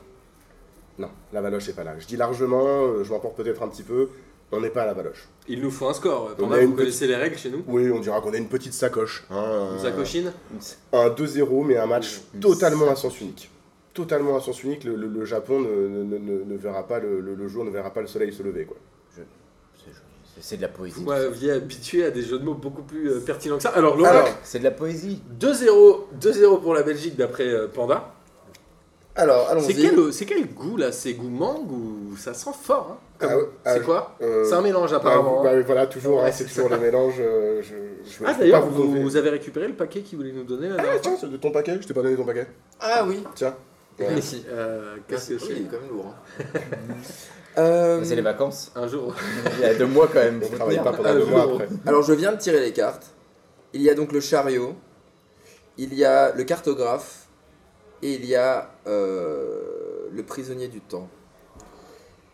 Speaker 4: Non, la valoche est pas là. Je dis largement, euh, je m'emporte peut-être un petit peu. On n'est pas à la valoche.
Speaker 1: Il nous faut un score.
Speaker 4: On
Speaker 1: Panda,
Speaker 4: a
Speaker 1: vous
Speaker 4: une
Speaker 1: connaissez les règles chez nous
Speaker 4: Oui, on dira qu'on a une petite sacoche. hein,
Speaker 1: Une
Speaker 4: un-
Speaker 1: sacochine
Speaker 4: un 2-0, mais un match
Speaker 2: Une
Speaker 4: totalement à sens unique. Totalement à sens unique, le, le- le Japon ne, ne- ne- ne verra pas le, le- le jour, ne verra pas le soleil se lever. Quoi.
Speaker 5: C'est joli. C'est- C'est de la poésie.
Speaker 1: Vous m'aviez habitué à des jeux de mots beaucoup plus euh, pertinents que ça. Alors,
Speaker 4: Alors,
Speaker 1: l'oracle,
Speaker 5: C'est de la poésie.
Speaker 1: 2-0 2-0 pour la Belgique d'après euh, Panda.
Speaker 3: Alors,
Speaker 1: C'est
Speaker 3: allons-y.
Speaker 1: quel, euh, c'est quel goût là C'est goût mangue ou ça sent fort hein Comme-
Speaker 4: Ah ouais, ah
Speaker 1: C'est
Speaker 4: ouais.
Speaker 1: quoi
Speaker 4: euh,
Speaker 1: C'est un mélange
Speaker 4: bah,
Speaker 1: apparemment.
Speaker 4: vous- bah, voilà, toujours,
Speaker 1: Ouais,
Speaker 4: hein, c'est
Speaker 1: c'est
Speaker 4: toujours le mélange. euh, je, je-
Speaker 1: ah
Speaker 4: je peux
Speaker 1: d'ailleurs,
Speaker 4: pas
Speaker 1: vous,
Speaker 4: confier.
Speaker 1: vous avez récupéré le paquet qu'il voulait nous donner la
Speaker 4: Ah,
Speaker 1: dernière fois
Speaker 4: tiens, c'est de ton paquet, je t'ai pas donné ton paquet.
Speaker 3: Ah oui.
Speaker 4: Tiens.
Speaker 3: Merci.
Speaker 1: Euh, Qu'est-ce que
Speaker 3: Oui, il est
Speaker 1: c'est
Speaker 3: quand même lourd. hein. [laughs] Euh,
Speaker 5: C'est les vacances.
Speaker 1: Un jour.
Speaker 5: Il y a deux mois quand même.
Speaker 4: On travaille pas pendant
Speaker 1: Ah,
Speaker 4: deux
Speaker 1: le
Speaker 4: mois
Speaker 1: jour.
Speaker 4: après.
Speaker 3: Alors je viens de tirer les cartes. Il y a donc le chariot, il y a le cartographe et il y a euh, le prisonnier du temps.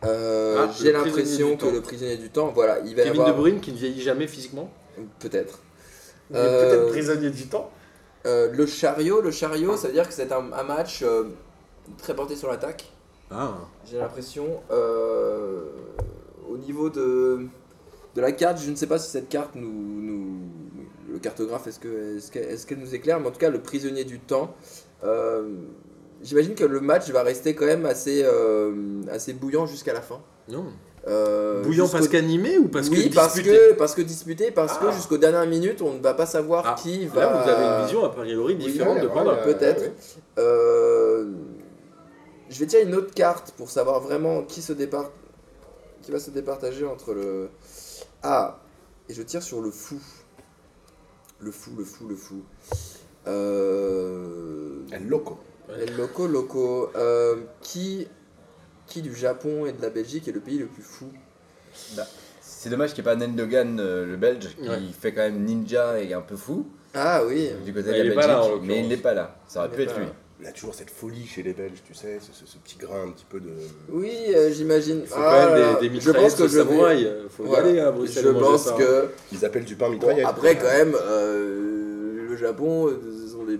Speaker 3: Euh,
Speaker 1: Ah,
Speaker 3: J'ai
Speaker 1: le prisonnier
Speaker 3: l'impression
Speaker 1: du
Speaker 3: que
Speaker 1: temps.
Speaker 3: le prisonnier du temps, voilà, il va y
Speaker 1: Kevin
Speaker 3: avoir
Speaker 1: De Bruyne qui ne vieillit jamais physiquement.
Speaker 3: peut-être.
Speaker 1: Il est
Speaker 3: Euh,
Speaker 1: peut-être prisonnier du temps.
Speaker 3: Euh, le chariot, le chariot, ça veut dire que c'est un, un match euh, très porté sur l'attaque.
Speaker 1: Ah.
Speaker 3: J'ai l'impression euh, au niveau de de la carte, je ne sais pas si cette carte nous, nous le cartographe est-ce que est-ce que- est-ce qu'elle nous éclaire, mais en tout cas le prisonnier du temps. euh, J'imagine que le match va rester quand même assez euh, assez bouillant jusqu'à la fin.
Speaker 1: Non.
Speaker 3: Euh,
Speaker 1: Bouillant
Speaker 3: jusqu'au-
Speaker 1: parce qu'animé ou parce
Speaker 3: oui,
Speaker 1: que
Speaker 3: parce
Speaker 1: disputé
Speaker 3: que parce que disputé, parce que
Speaker 1: Ah.
Speaker 3: jusqu'aux dernières minutes, on ne va pas savoir
Speaker 1: Ah,
Speaker 3: qui va.
Speaker 1: Là, vous avez une vision a priori
Speaker 3: bah, Oui,
Speaker 1: différente
Speaker 4: ouais,
Speaker 1: de Panda.
Speaker 4: ouais, ouais.
Speaker 3: Peut-être. Euh, je vais tirer une autre carte pour savoir vraiment qui se départ... qui va se départager entre le. Ah Et je tire sur le fou. Le fou, le fou, le fou. Euh...
Speaker 4: Elle loco.
Speaker 3: El Loco Loco. Euh, qui... qui du Japon et de la Belgique est le pays le plus fou
Speaker 5: C'est dommage qu'il n'y ait pas Nendogan, euh, le belge, qui
Speaker 1: Ouais.
Speaker 5: fait quand même ninja et un peu fou
Speaker 3: Ah oui
Speaker 5: du côté
Speaker 1: Mais
Speaker 5: de
Speaker 1: il est
Speaker 5: la
Speaker 1: pas là, en
Speaker 5: Belgique,
Speaker 1: l'occurrence.
Speaker 5: mais il n'est pas là. Ça aurait
Speaker 3: Il
Speaker 5: pu
Speaker 3: est
Speaker 5: être
Speaker 3: pas
Speaker 5: lui.
Speaker 3: là.
Speaker 4: Il y a toujours cette folie chez les Belges, tu sais, ce, ce- ce petit grain un petit peu de.
Speaker 3: Oui, euh, j'imagine.
Speaker 1: Il faut
Speaker 3: Ah
Speaker 1: quand
Speaker 3: là
Speaker 1: même
Speaker 3: là.
Speaker 1: des, des
Speaker 3: Je pense
Speaker 1: mitraillettes
Speaker 3: que
Speaker 1: de
Speaker 3: je vais-
Speaker 1: samouraï. euh, Faut y
Speaker 3: Voilà.
Speaker 1: aller à Bruxelles.
Speaker 3: Je
Speaker 1: manger
Speaker 3: pense
Speaker 1: ça. hein.
Speaker 3: que.
Speaker 4: Ils appellent du pain
Speaker 3: Bon,
Speaker 4: mitraillette.
Speaker 3: après, quand même, euh, le Japon, euh, ce sont des-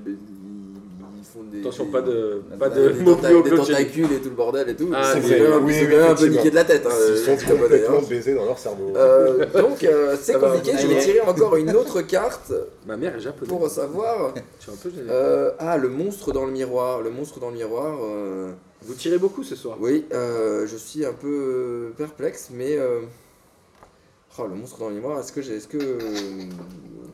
Speaker 3: ils font des.
Speaker 1: Attention,
Speaker 3: des-
Speaker 1: pas de,
Speaker 5: des-
Speaker 1: pas
Speaker 3: des-
Speaker 1: de
Speaker 3: des
Speaker 1: mots
Speaker 3: tenta-
Speaker 1: plus haut
Speaker 3: des
Speaker 1: que l'autre.
Speaker 3: tentacules et tout le bordel et tout.
Speaker 1: Ah,
Speaker 3: c'est
Speaker 1: oui,
Speaker 3: quand même,
Speaker 4: oui,
Speaker 3: c'est
Speaker 4: oui,
Speaker 3: quand même un peu
Speaker 4: effectivement.
Speaker 3: niqué de la tête. hein,
Speaker 4: Ils
Speaker 3: euh,
Speaker 4: sont
Speaker 3: je te connais,
Speaker 4: complètement
Speaker 3: hein.
Speaker 4: baisés dans leur cerveau.
Speaker 3: Euh, donc,
Speaker 4: [laughs]
Speaker 3: euh, c'est
Speaker 1: Ça va.
Speaker 3: compliqué. Je vais tirer encore une autre carte
Speaker 1: Ma mère est japonaise.
Speaker 3: pour savoir.
Speaker 1: Je suis un peu gêné.
Speaker 3: euh, ah, le monstre dans le miroir. Le monstre dans le miroir. euh,
Speaker 1: Vous tirez beaucoup ce soir.
Speaker 3: Oui, euh, je suis un peu euh, perplexe, mais. euh, Oh, le monstre dans les miroirs, est-ce que j'ai. Est-ce que. euh,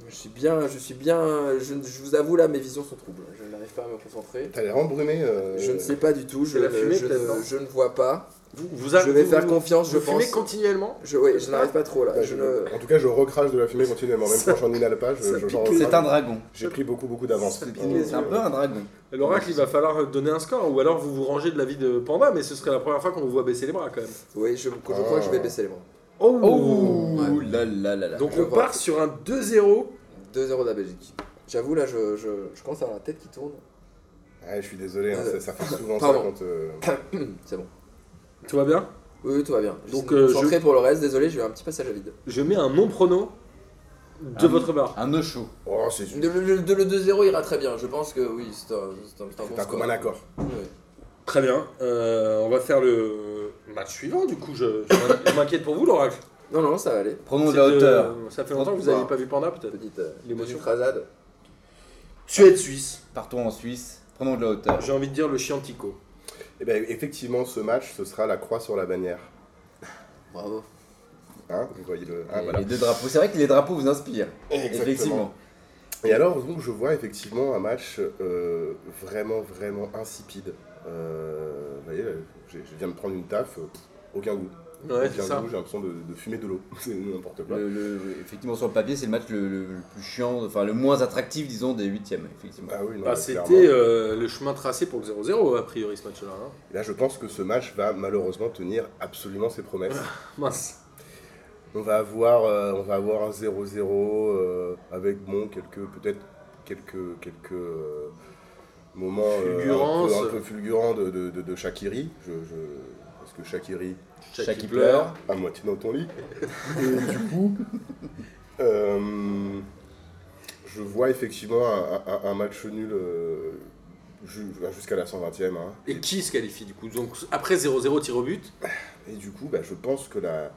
Speaker 3: Je suis bien. Je suis bien. Je, je vous avoue, là, mes visions sont troubles. Je n'arrive pas à me concentrer.
Speaker 4: T'as l'air embrumé. euh,
Speaker 3: Je ne sais pas du tout. Je,
Speaker 1: c'est la
Speaker 3: ne-
Speaker 1: fumée,
Speaker 3: je,
Speaker 1: peut-être,
Speaker 3: ne-
Speaker 1: non
Speaker 3: je ne vois pas.
Speaker 1: Vous, vous a-
Speaker 3: Je vais
Speaker 1: vous-
Speaker 3: faire
Speaker 1: vous-
Speaker 3: confiance, je
Speaker 1: vous fumez Ah.
Speaker 3: pense.
Speaker 1: continuellement
Speaker 3: Je, ouais, je n'arrive pas trop là.
Speaker 4: Bah,
Speaker 3: je
Speaker 4: je-
Speaker 3: ne-
Speaker 4: En tout cas, je recrache de la fumée continuellement, même
Speaker 1: Ça-
Speaker 4: quand j'en inhale pas, je,
Speaker 1: ça
Speaker 4: je-
Speaker 1: pique
Speaker 4: j'en
Speaker 1: les-
Speaker 4: recrache.
Speaker 2: C'est un dragon.
Speaker 4: J'ai pris beaucoup, beaucoup d'avance.
Speaker 1: Ça pique les
Speaker 2: C'est un
Speaker 1: yeux.
Speaker 2: peu un dragon.
Speaker 1: L'oracle, il va falloir donner un score, ou alors vous vous rangez de la vie de Panda, mais ce serait la première fois qu'on vous voit baisser les bras quand même.
Speaker 3: Oui, je, je crois que je vais baisser les bras.
Speaker 1: Oh,
Speaker 2: Oh là là là là.
Speaker 1: Donc
Speaker 3: Je
Speaker 1: on
Speaker 3: vois.
Speaker 1: part sur un 2-0.
Speaker 3: 2-0 de la Belgique. J'avoue, là, je, je, je commence à avoir la tête qui tourne. [coughs]
Speaker 4: Ouais, je suis désolé, hein, ça, ça fait souvent ça
Speaker 3: Pardon.
Speaker 4: quand. euh,
Speaker 3: C'est bon.
Speaker 1: Tout va bien
Speaker 3: Oui, oui, tout va bien. Je
Speaker 1: Donc,
Speaker 3: suis
Speaker 1: euh,
Speaker 3: concentré pour le reste, désolé, j'ai eu un petit passage à vide.
Speaker 1: Je mets un non-prono de
Speaker 2: Ah.
Speaker 1: votre part.
Speaker 2: Un œuf chaud.
Speaker 4: Oh, c'est
Speaker 3: Le, le- le- le 2-0 ira très bien, je pense que oui, c'est un, c'est un, c'est un bon
Speaker 4: T'as
Speaker 3: score.
Speaker 4: comme un accord.
Speaker 3: Oui.
Speaker 1: Très bien. Euh, on va faire le match suivant, du coup. Je, je [laughs] m'inquiète pour vous, l'oracle.
Speaker 3: Non, non, ça va aller.
Speaker 2: Prenons de
Speaker 1: C'est
Speaker 2: la
Speaker 1: de-
Speaker 2: hauteur.
Speaker 1: Ça fait longtemps que vous
Speaker 3: Pouvoir.
Speaker 1: n'avez pas vu Panda, peut-être.
Speaker 3: Petite, euh,
Speaker 1: L'émotion.
Speaker 3: petite rasade.
Speaker 1: Suède-Suisse.
Speaker 2: Partons en Suisse. Prenons de la hauteur.
Speaker 1: J'ai envie de dire le Chiantico.
Speaker 4: Eh ben, effectivement, ce match, ce sera la croix sur la bannière.
Speaker 3: Bravo.
Speaker 4: Hein Vous voyez le. Ah,
Speaker 2: Et
Speaker 4: voilà.
Speaker 2: Les deux drapeaux. C'est vrai que les drapeaux vous inspirent.
Speaker 4: Eh, Exactement.
Speaker 2: Effectivement.
Speaker 4: Et alors, donc, je vois effectivement un match euh, vraiment, vraiment insipide. Euh, vous voyez, là, j'ai- je viens de prendre une taf, euh, aucun goût.
Speaker 1: Ouais,
Speaker 4: aucun
Speaker 1: c'est ça. Euh,
Speaker 4: goût, j'ai l'impression de, de fumer de l'eau. [laughs] C'est n'importe quoi.
Speaker 2: Le- le- effectivement, sur le papier, c'est le match le, le- le plus chiant, enfin le moins attractif, disons, des huitièmes. Effectivement.
Speaker 4: Ah oui, non,
Speaker 1: Bah,
Speaker 4: mais
Speaker 1: C'était
Speaker 4: clairement.
Speaker 1: euh, le chemin tracé pour le 0-0, a priori, ce match-là. hein.
Speaker 4: Et Là, je pense que ce match va malheureusement tenir absolument ses promesses.
Speaker 1: Mince.
Speaker 4: On va avoir, euh, on va avoir un 0-0 euh, avec bon quelques peut-être quelques quelques euh, moments euh, un,
Speaker 1: Fulgurance.
Speaker 4: peu, un peu fulgurants de, de, de, de Shaqiri. Je, je- Parce que Shakiri
Speaker 2: Shaq, il pleure.
Speaker 4: à moitié dans ton lit. [laughs] Et du coup, [laughs] euh, je vois effectivement un, un- un match nul euh, ju- jusqu'à la 120e. hein.
Speaker 1: Et qui se qualifie, du coup Donc, après 0-0 tir au but,
Speaker 4: Et du coup, bah, je pense que la.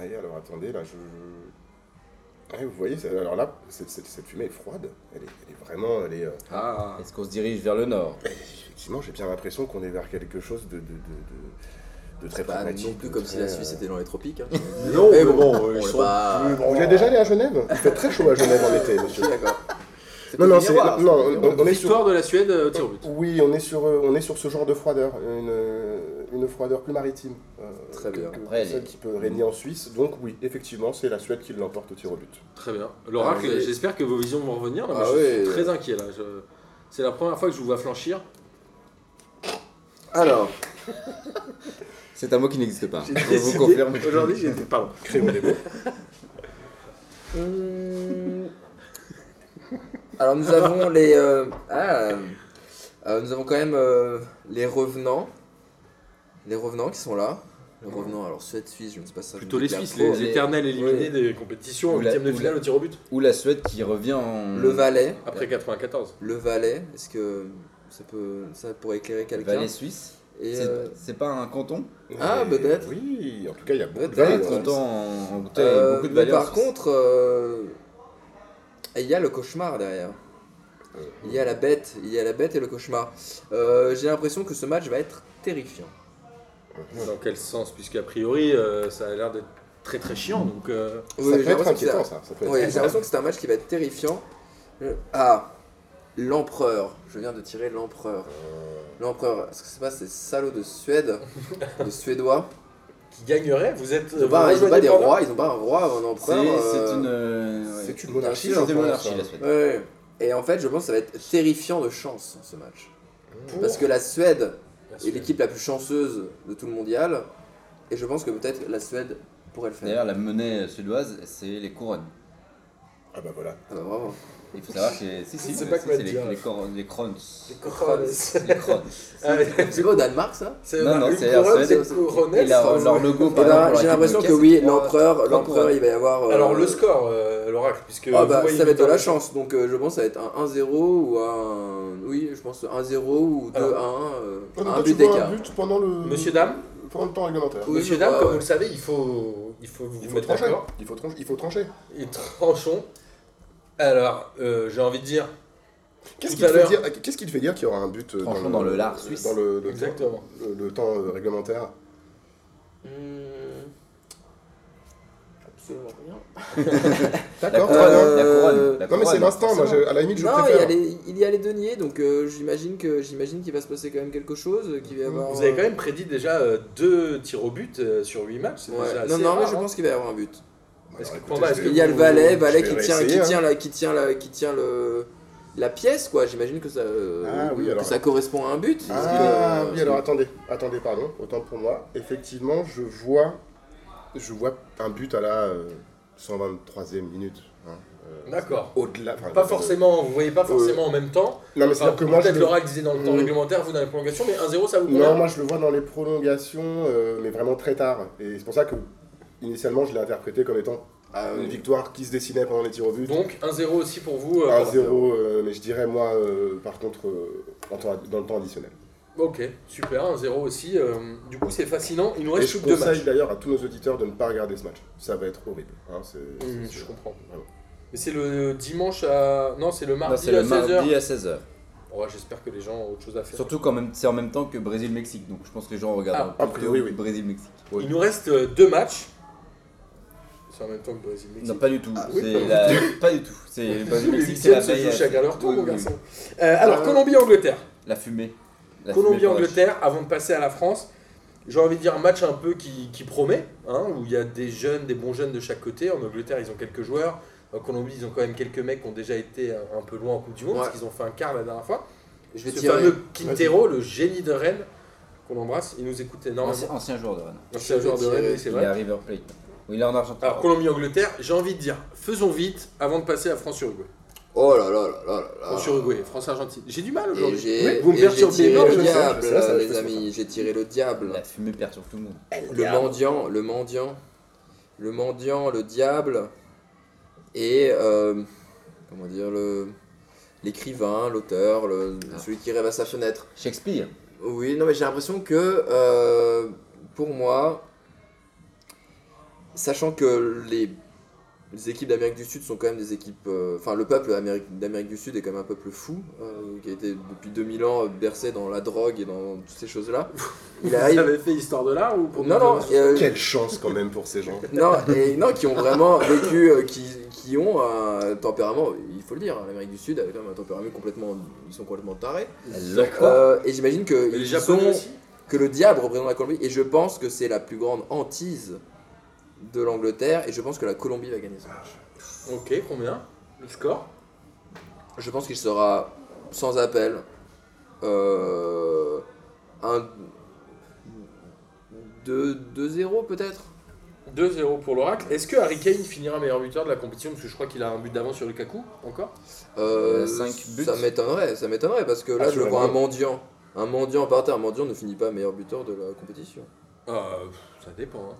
Speaker 4: Ah, et alors attendez, là, je. je- Ah, vous voyez, ça- alors là, cette, cette- cette fumée est froide. Elle est, elle est vraiment. Elle est, euh,
Speaker 1: ah,
Speaker 2: Est-ce qu'on se dirige vers le nord
Speaker 4: Effectivement, j'ai bien l'impression qu'on est vers quelque chose de. de, de, de- de très
Speaker 3: Bah,
Speaker 4: pragmatique.
Speaker 3: non plus
Speaker 4: de
Speaker 3: comme
Speaker 4: très,
Speaker 3: si la
Speaker 4: euh,
Speaker 3: Suisse était dans les tropiques. hein.
Speaker 1: Non,
Speaker 3: Mais
Speaker 1: mais [laughs] bon,
Speaker 3: bon,
Speaker 1: euh, ils
Speaker 3: on est
Speaker 1: sont
Speaker 3: pas-
Speaker 4: Euh, Vous êtes déjà allé à Genève Il fait très chaud à Genève en été, monsieur.
Speaker 3: Ok, d'accord.
Speaker 4: Non, non,
Speaker 2: pour
Speaker 4: c'est.
Speaker 2: miroir,
Speaker 4: Non,
Speaker 2: c'est
Speaker 4: on,
Speaker 2: pour
Speaker 4: on est sur.
Speaker 1: victoire de la Suède euh, au tir au but.
Speaker 4: Oui, on est sur, euh, on est sur ce genre de froideur, une, euh, une froideur plus maritime. euh,
Speaker 3: Très bien.
Speaker 4: que- que
Speaker 2: Après, elle
Speaker 4: celle
Speaker 2: est-
Speaker 4: qui peut régner en Suisse. Donc, oui, effectivement, c'est la Suède qui l'emporte au tir au but.
Speaker 1: Très bien. L'oracle,
Speaker 3: Ah oui.
Speaker 1: j'espère que vos visions vont revenir. là, mais
Speaker 3: Ah
Speaker 1: je suis
Speaker 3: oui.
Speaker 1: très inquiet là. Je- C'est la première fois que je vous vois flanchir.
Speaker 3: Alors,
Speaker 2: C'est un mot qui n'existe pas.
Speaker 1: [laughs] J'ai
Speaker 2: Je vous
Speaker 1: décidé-
Speaker 2: confirme.
Speaker 1: Aujourd'hui, j'ai pardon.
Speaker 4: Créons des mots.
Speaker 3: Euh, alors nous avons les. euh, ah, euh, nous avons quand même euh, les revenants. Les revenants qui sont là. Les revenants, alors Suède-Suisse, je ne sais pas si ça.
Speaker 1: Mmh. Plutôt
Speaker 3: me
Speaker 1: les
Speaker 3: déclare
Speaker 1: Suisses,
Speaker 3: trop.
Speaker 1: les,
Speaker 2: les-
Speaker 1: éternels éliminés des compétitions en
Speaker 2: Ou la-
Speaker 1: huitième de
Speaker 2: ou
Speaker 1: finale
Speaker 2: la-
Speaker 1: au tir au but
Speaker 2: Ou la Suède qui revient en.
Speaker 3: Le Valais.
Speaker 1: après 94.
Speaker 3: Le Valais, est-ce que ça, peut, ça pourrait éclairer quelqu'un
Speaker 2: Valais suisse.
Speaker 3: Et,
Speaker 2: C'est
Speaker 3: euh,
Speaker 2: c'est pas un canton
Speaker 3: Ah,
Speaker 4: Et-
Speaker 3: peut-être.
Speaker 4: Oui, en tout cas, il y a beaucoup de
Speaker 3: Peut-être.
Speaker 4: valeurs.
Speaker 2: Un canton en. en- putain, il y a
Speaker 3: euh,
Speaker 2: beaucoup de
Speaker 3: mais
Speaker 2: valeurs en
Speaker 3: par
Speaker 2: Suisse.
Speaker 3: contre, euh, il y a le cauchemar derrière. Il y a la bête, il y a la bête et le cauchemar. Euh, J'ai l'impression que ce match va être terrifiant.
Speaker 1: Dans quel sens Puisqu'a priori, euh, ça a l'air d'être très très chiant. Donc, euh,
Speaker 4: Ça
Speaker 3: Oui, j'ai
Speaker 4: peut être
Speaker 3: l'impression que
Speaker 4: inquiétant,
Speaker 3: c'est-
Speaker 4: ça. ça peut être
Speaker 3: oui, J'ai
Speaker 4: inquiétant.
Speaker 3: l'impression que c'est un match qui va être terrifiant. Je- Ah, l'empereur. Je viens de tirer l'empereur. L'empereur, ce que c'est pas ces salauds de Suède,
Speaker 2: [laughs]
Speaker 3: de Suédois.
Speaker 1: qui gagnerait Vous êtes.
Speaker 3: Ils ont
Speaker 1: vous
Speaker 3: pas, ils ont
Speaker 1: rejoignez
Speaker 3: pas des
Speaker 1: Panda
Speaker 3: rois, ils ont pas un roi avant
Speaker 2: C'est
Speaker 3: l'empereur.
Speaker 2: c'est
Speaker 3: euh,
Speaker 2: une. euh, ouais.
Speaker 4: C'est une monarchie,
Speaker 2: C'est
Speaker 4: je
Speaker 2: une
Speaker 4: pense,
Speaker 2: monarchie,
Speaker 4: hein.
Speaker 2: la Suède.
Speaker 3: Ouais. Et en fait, je pense que ça va être terrifiant de chance ce match.
Speaker 1: Pour-
Speaker 3: Parce que la Suède
Speaker 1: La
Speaker 3: est
Speaker 1: Suède.
Speaker 3: l'équipe la plus chanceuse de tout le mondial. Et je pense que peut-être la Suède pourrait le faire.
Speaker 2: D'ailleurs, la monnaie suédoise, c'est les couronnes.
Speaker 4: Ah bah voilà.
Speaker 3: Ah bah, bravo.
Speaker 2: Il faut savoir que si, si,
Speaker 1: sais
Speaker 2: si,
Speaker 1: pas
Speaker 2: si,
Speaker 1: quoi
Speaker 2: c'est les,
Speaker 1: dire.
Speaker 2: les, corons- les crons.
Speaker 1: Corones.
Speaker 2: Les crons.
Speaker 1: Allez.
Speaker 3: C'est pas au Danemark ça
Speaker 1: Ah C'est
Speaker 2: Non, non,
Speaker 1: une
Speaker 2: c'est la
Speaker 1: couronne,
Speaker 2: Suède.
Speaker 1: c'est couronne,
Speaker 2: Et leur,
Speaker 1: sans-
Speaker 2: leur logo,
Speaker 3: Eh
Speaker 2: par
Speaker 3: ben,
Speaker 2: exemple,
Speaker 3: j'ai
Speaker 2: la
Speaker 3: l'impression
Speaker 2: Coupe
Speaker 3: que
Speaker 2: de
Speaker 3: oui,
Speaker 2: Caisse, c'est
Speaker 3: l'empereur,
Speaker 2: trois- trois
Speaker 3: l'empereur,
Speaker 2: couronnes.
Speaker 3: il va y avoir. euh,
Speaker 1: Alors le score, euh, l'oracle, puisque
Speaker 3: ah
Speaker 1: vous
Speaker 3: bah,
Speaker 1: voyez
Speaker 3: ça va être de
Speaker 1: dans-
Speaker 3: la chance. Donc euh, je pense que ça va être un 1-0 ou un. Oui, je pense 1-0 ou 2-1.
Speaker 1: Alors,
Speaker 3: euh, un
Speaker 4: Toi, Ah, bah, tu
Speaker 3: but
Speaker 4: vois
Speaker 3: d'écart.
Speaker 4: un but pendant le,
Speaker 1: Monsieur dame,
Speaker 4: pendant le temps réglementaire.
Speaker 3: Oui,
Speaker 1: monsieur
Speaker 3: je
Speaker 1: dame,
Speaker 3: crois,
Speaker 1: comme
Speaker 3: ouais.
Speaker 1: vous le savez, il faut il faut vous
Speaker 4: Il faut,
Speaker 1: mettre
Speaker 4: trancher.
Speaker 1: d'accord.
Speaker 4: Il, faut trancher. il faut trancher.
Speaker 1: Et tranchons. Alors, euh, j'ai envie de dire.
Speaker 4: Qu'est-ce
Speaker 1: Tout
Speaker 4: qui, te
Speaker 1: à
Speaker 4: fait
Speaker 1: l'heure.
Speaker 4: dire, qu'est-ce qui te fait dire qu'il y aura un but euh,
Speaker 2: Tranchons dans le lard suisse.
Speaker 4: Dans le, le-
Speaker 1: Exactement.
Speaker 4: le- le temps euh, réglementaire
Speaker 3: Hmm.
Speaker 6: C'est rien.
Speaker 4: D'accord,
Speaker 3: Euh,
Speaker 4: très bien.
Speaker 2: La couronne. la
Speaker 4: Non, mais c'est
Speaker 2: couronne,
Speaker 4: l'instant, moi,
Speaker 2: forcément.
Speaker 4: je- à la limite, je
Speaker 3: Non, il y, a
Speaker 4: préfère.
Speaker 3: les, il y a les deniers, donc euh, j'imagine que j'imagine qu'il va se passer quand même quelque chose, euh, qu'il va y avoir.
Speaker 1: Vous avez quand
Speaker 3: euh,
Speaker 1: même prédit déjà euh, deux tirs au but euh, sur 8 matchs. c'est
Speaker 3: ouais.
Speaker 1: déjà
Speaker 3: Non,
Speaker 1: assez
Speaker 3: non, mais
Speaker 1: rare,
Speaker 3: je
Speaker 1: hein.
Speaker 3: pense qu'il va y avoir un but.
Speaker 1: Est-ce que
Speaker 4: Alors,
Speaker 1: Panda,
Speaker 4: écoutez,
Speaker 1: est-ce
Speaker 4: je
Speaker 3: Il y a le
Speaker 4: vais-
Speaker 3: valet,
Speaker 4: je
Speaker 3: valet
Speaker 4: vais hein.
Speaker 3: qui tient, qui
Speaker 4: réessayer,
Speaker 3: tient la, qui tient la, qui tient le, la pièce, quoi. J'imagine que ça, euh,
Speaker 4: Ah oui,
Speaker 3: que
Speaker 4: alors.
Speaker 3: ça correspond à un but. parce que,
Speaker 4: Ah
Speaker 3: euh,
Speaker 4: oui, alors attendez, attendez, pardon, autant pour moi. Effectivement, je vois, je vois un but à la euh, 123e minute. hein, euh,
Speaker 1: D'accord.
Speaker 4: Au-delà. enfin,
Speaker 1: Pas
Speaker 4: de-
Speaker 1: forcément, vous voyez pas forcément en même temps.
Speaker 4: Non, mais
Speaker 1: Enfin,
Speaker 4: c'est-à-dire que moi, je
Speaker 1: Peut-être
Speaker 4: le...
Speaker 1: Laura disait dans le temps
Speaker 4: Mm.
Speaker 1: réglementaire, vous dans les prolongations, mais 1-0 ça vous convient
Speaker 4: non, moi, je le vois dans les prolongations, euh, mais vraiment très tard. Et c'est pour ça que, initialement, je l'ai interprété comme étant
Speaker 3: ah,
Speaker 4: une
Speaker 3: oui.
Speaker 4: victoire qui se dessinait pendant les tirs au but.
Speaker 1: Donc 1-0 aussi pour vous. euh,
Speaker 4: 1-0, euh, mais je dirais, moi, euh, par contre, euh, en temps- dans le temps additionnel.
Speaker 1: Ok, super, 1-0 aussi. euh, du coup, c'est fascinant. Il nous
Speaker 4: Et
Speaker 1: reste
Speaker 4: je
Speaker 1: plus que deux
Speaker 4: conseille
Speaker 1: matchs.
Speaker 4: d'ailleurs à tous nos auditeurs de ne pas regarder ce match. Ça va être horrible. hein, c'est-
Speaker 1: Mmh,
Speaker 4: c'est-
Speaker 1: je comprends.
Speaker 4: Vraiment.
Speaker 1: Mais c'est le dimanche à. Non, c'est le
Speaker 2: Non,
Speaker 1: mardi
Speaker 2: c'est le
Speaker 1: à 16h.
Speaker 2: mardi à 16h.
Speaker 1: Ouais, J'espère que les gens ont autre chose à faire.
Speaker 2: Surtout quand même, c'est en même temps que Brésil-Mexique, donc je pense que les gens regardent
Speaker 4: Ah, a priori, oui.
Speaker 2: Brésil-Mexique.
Speaker 1: Il nous reste euh, deux matchs. C'est en même temps que Brésil-Mexique.
Speaker 2: Non, pas du tout.
Speaker 1: Ah, oui,
Speaker 2: c'est
Speaker 1: pas du
Speaker 2: la- pas du tout. C'est
Speaker 1: Les
Speaker 2: Brésil-Mexique, c'est
Speaker 1: huitièmes
Speaker 2: la
Speaker 1: se jouent
Speaker 2: veille. à-
Speaker 1: chacun leur tour,
Speaker 2: Oui,
Speaker 1: mon
Speaker 2: oui, oui.
Speaker 1: garçon. Euh, alors,
Speaker 4: Euh,
Speaker 1: Colombie-Angleterre.
Speaker 2: La fumée. La fumée pour la
Speaker 1: Colombie-Angleterre, avant de passer à la France, j'ai envie de dire un match un peu qui, qui promet, hein, où il y a des jeunes, des bons jeunes de chaque côté. En Angleterre, ils ont quelques joueurs. En Colombie, ils ont quand même quelques mecs qui ont déjà été un, un peu loin en Coupe du Monde,
Speaker 3: Ouais.
Speaker 1: parce qu'ils ont fait un quart la dernière fois.
Speaker 3: je vais
Speaker 1: Ce
Speaker 3: tirer.
Speaker 1: fameux Quintero, le génie de Rennes, qu'on embrasse, il nous écoute
Speaker 2: Ancien,
Speaker 1: énormément.
Speaker 2: ancien joueur de Rennes.
Speaker 1: C'est un joueur de Rennes, oui, c'est
Speaker 2: Il
Speaker 1: vrai. Ah,
Speaker 2: est à River Plate. Oui, il est en Argentine.
Speaker 1: Alors, Colombie-Angleterre, j'ai envie de dire, faisons vite avant de passer à France-Uruguay.
Speaker 3: Oh là là là là là.
Speaker 1: France-Uruguay, France-Argentine. J'ai du mal
Speaker 3: Et
Speaker 1: aujourd'hui.
Speaker 3: j'ai euh,
Speaker 1: Vous me
Speaker 3: et j'ai
Speaker 1: perturbez.
Speaker 3: tiré
Speaker 1: Non, je
Speaker 3: le
Speaker 1: sais,
Speaker 3: diable,
Speaker 4: je sais, ça, je
Speaker 3: les
Speaker 4: sais,
Speaker 3: amis. J'ai tiré le
Speaker 2: La
Speaker 3: diable.
Speaker 2: fumée perturbe tout le monde.
Speaker 3: Le mendiant, le mendiant, le mendiant, le diable et euh, comment dire le l'écrivain, l'auteur, le-
Speaker 1: Ah.
Speaker 3: celui qui rêve à sa fenêtre.
Speaker 2: Shakespeare.
Speaker 3: Oui, non, mais j'ai l'impression que euh, pour moi, sachant que les, les équipes d'Amérique du Sud sont quand même des équipes. euh, Enfin, le peuple Amérique- d'Amérique du Sud est quand même un peuple fou, euh, qui a été depuis 2000 ans euh, bercé dans la drogue et dans toutes ces choses-là. Il
Speaker 1: Vous
Speaker 3: arrive.
Speaker 1: avez fait histoire de l'art ou pour
Speaker 3: Non, non, et, euh,
Speaker 4: Quelle chance quand même pour ces gens.
Speaker 3: non, et, non, qui ont vraiment vécu, euh, qui, qui ont un tempérament, il faut le dire, hein, l'Amérique du Sud a quand même un tempérament complètement. Ils sont complètement tarés. Euh, et j'imagine que.
Speaker 1: Mais les
Speaker 3: ils
Speaker 1: Japonais
Speaker 3: sont-
Speaker 1: aussi
Speaker 3: que le diable représente la Colombie. Et je pense que c'est la plus grande hantise de l'Angleterre. Et je pense que la Colombie va gagner ce match.
Speaker 1: Ok, combien Le score
Speaker 3: Je pense qu'il sera sans appel. Euh, un 2 2-0 peut-être
Speaker 1: 2-0 pour l'Oracle. Est-ce que Harry Kane finira meilleur buteur de la compétition Parce que je crois qu'il a un but d'avance sur Lukaku, encore
Speaker 3: Euh,
Speaker 2: Euh, cinq buts.
Speaker 3: Ça m'étonnerait, ça m'étonnerait parce que là
Speaker 4: Ah,
Speaker 3: je
Speaker 4: sur la
Speaker 3: vois un
Speaker 4: ligne.
Speaker 3: mendiant. Un mendiant par terre, un mendiant ne finit pas meilleur buteur de la compétition. Ah,
Speaker 1: Euh, pff, ça dépend. hein.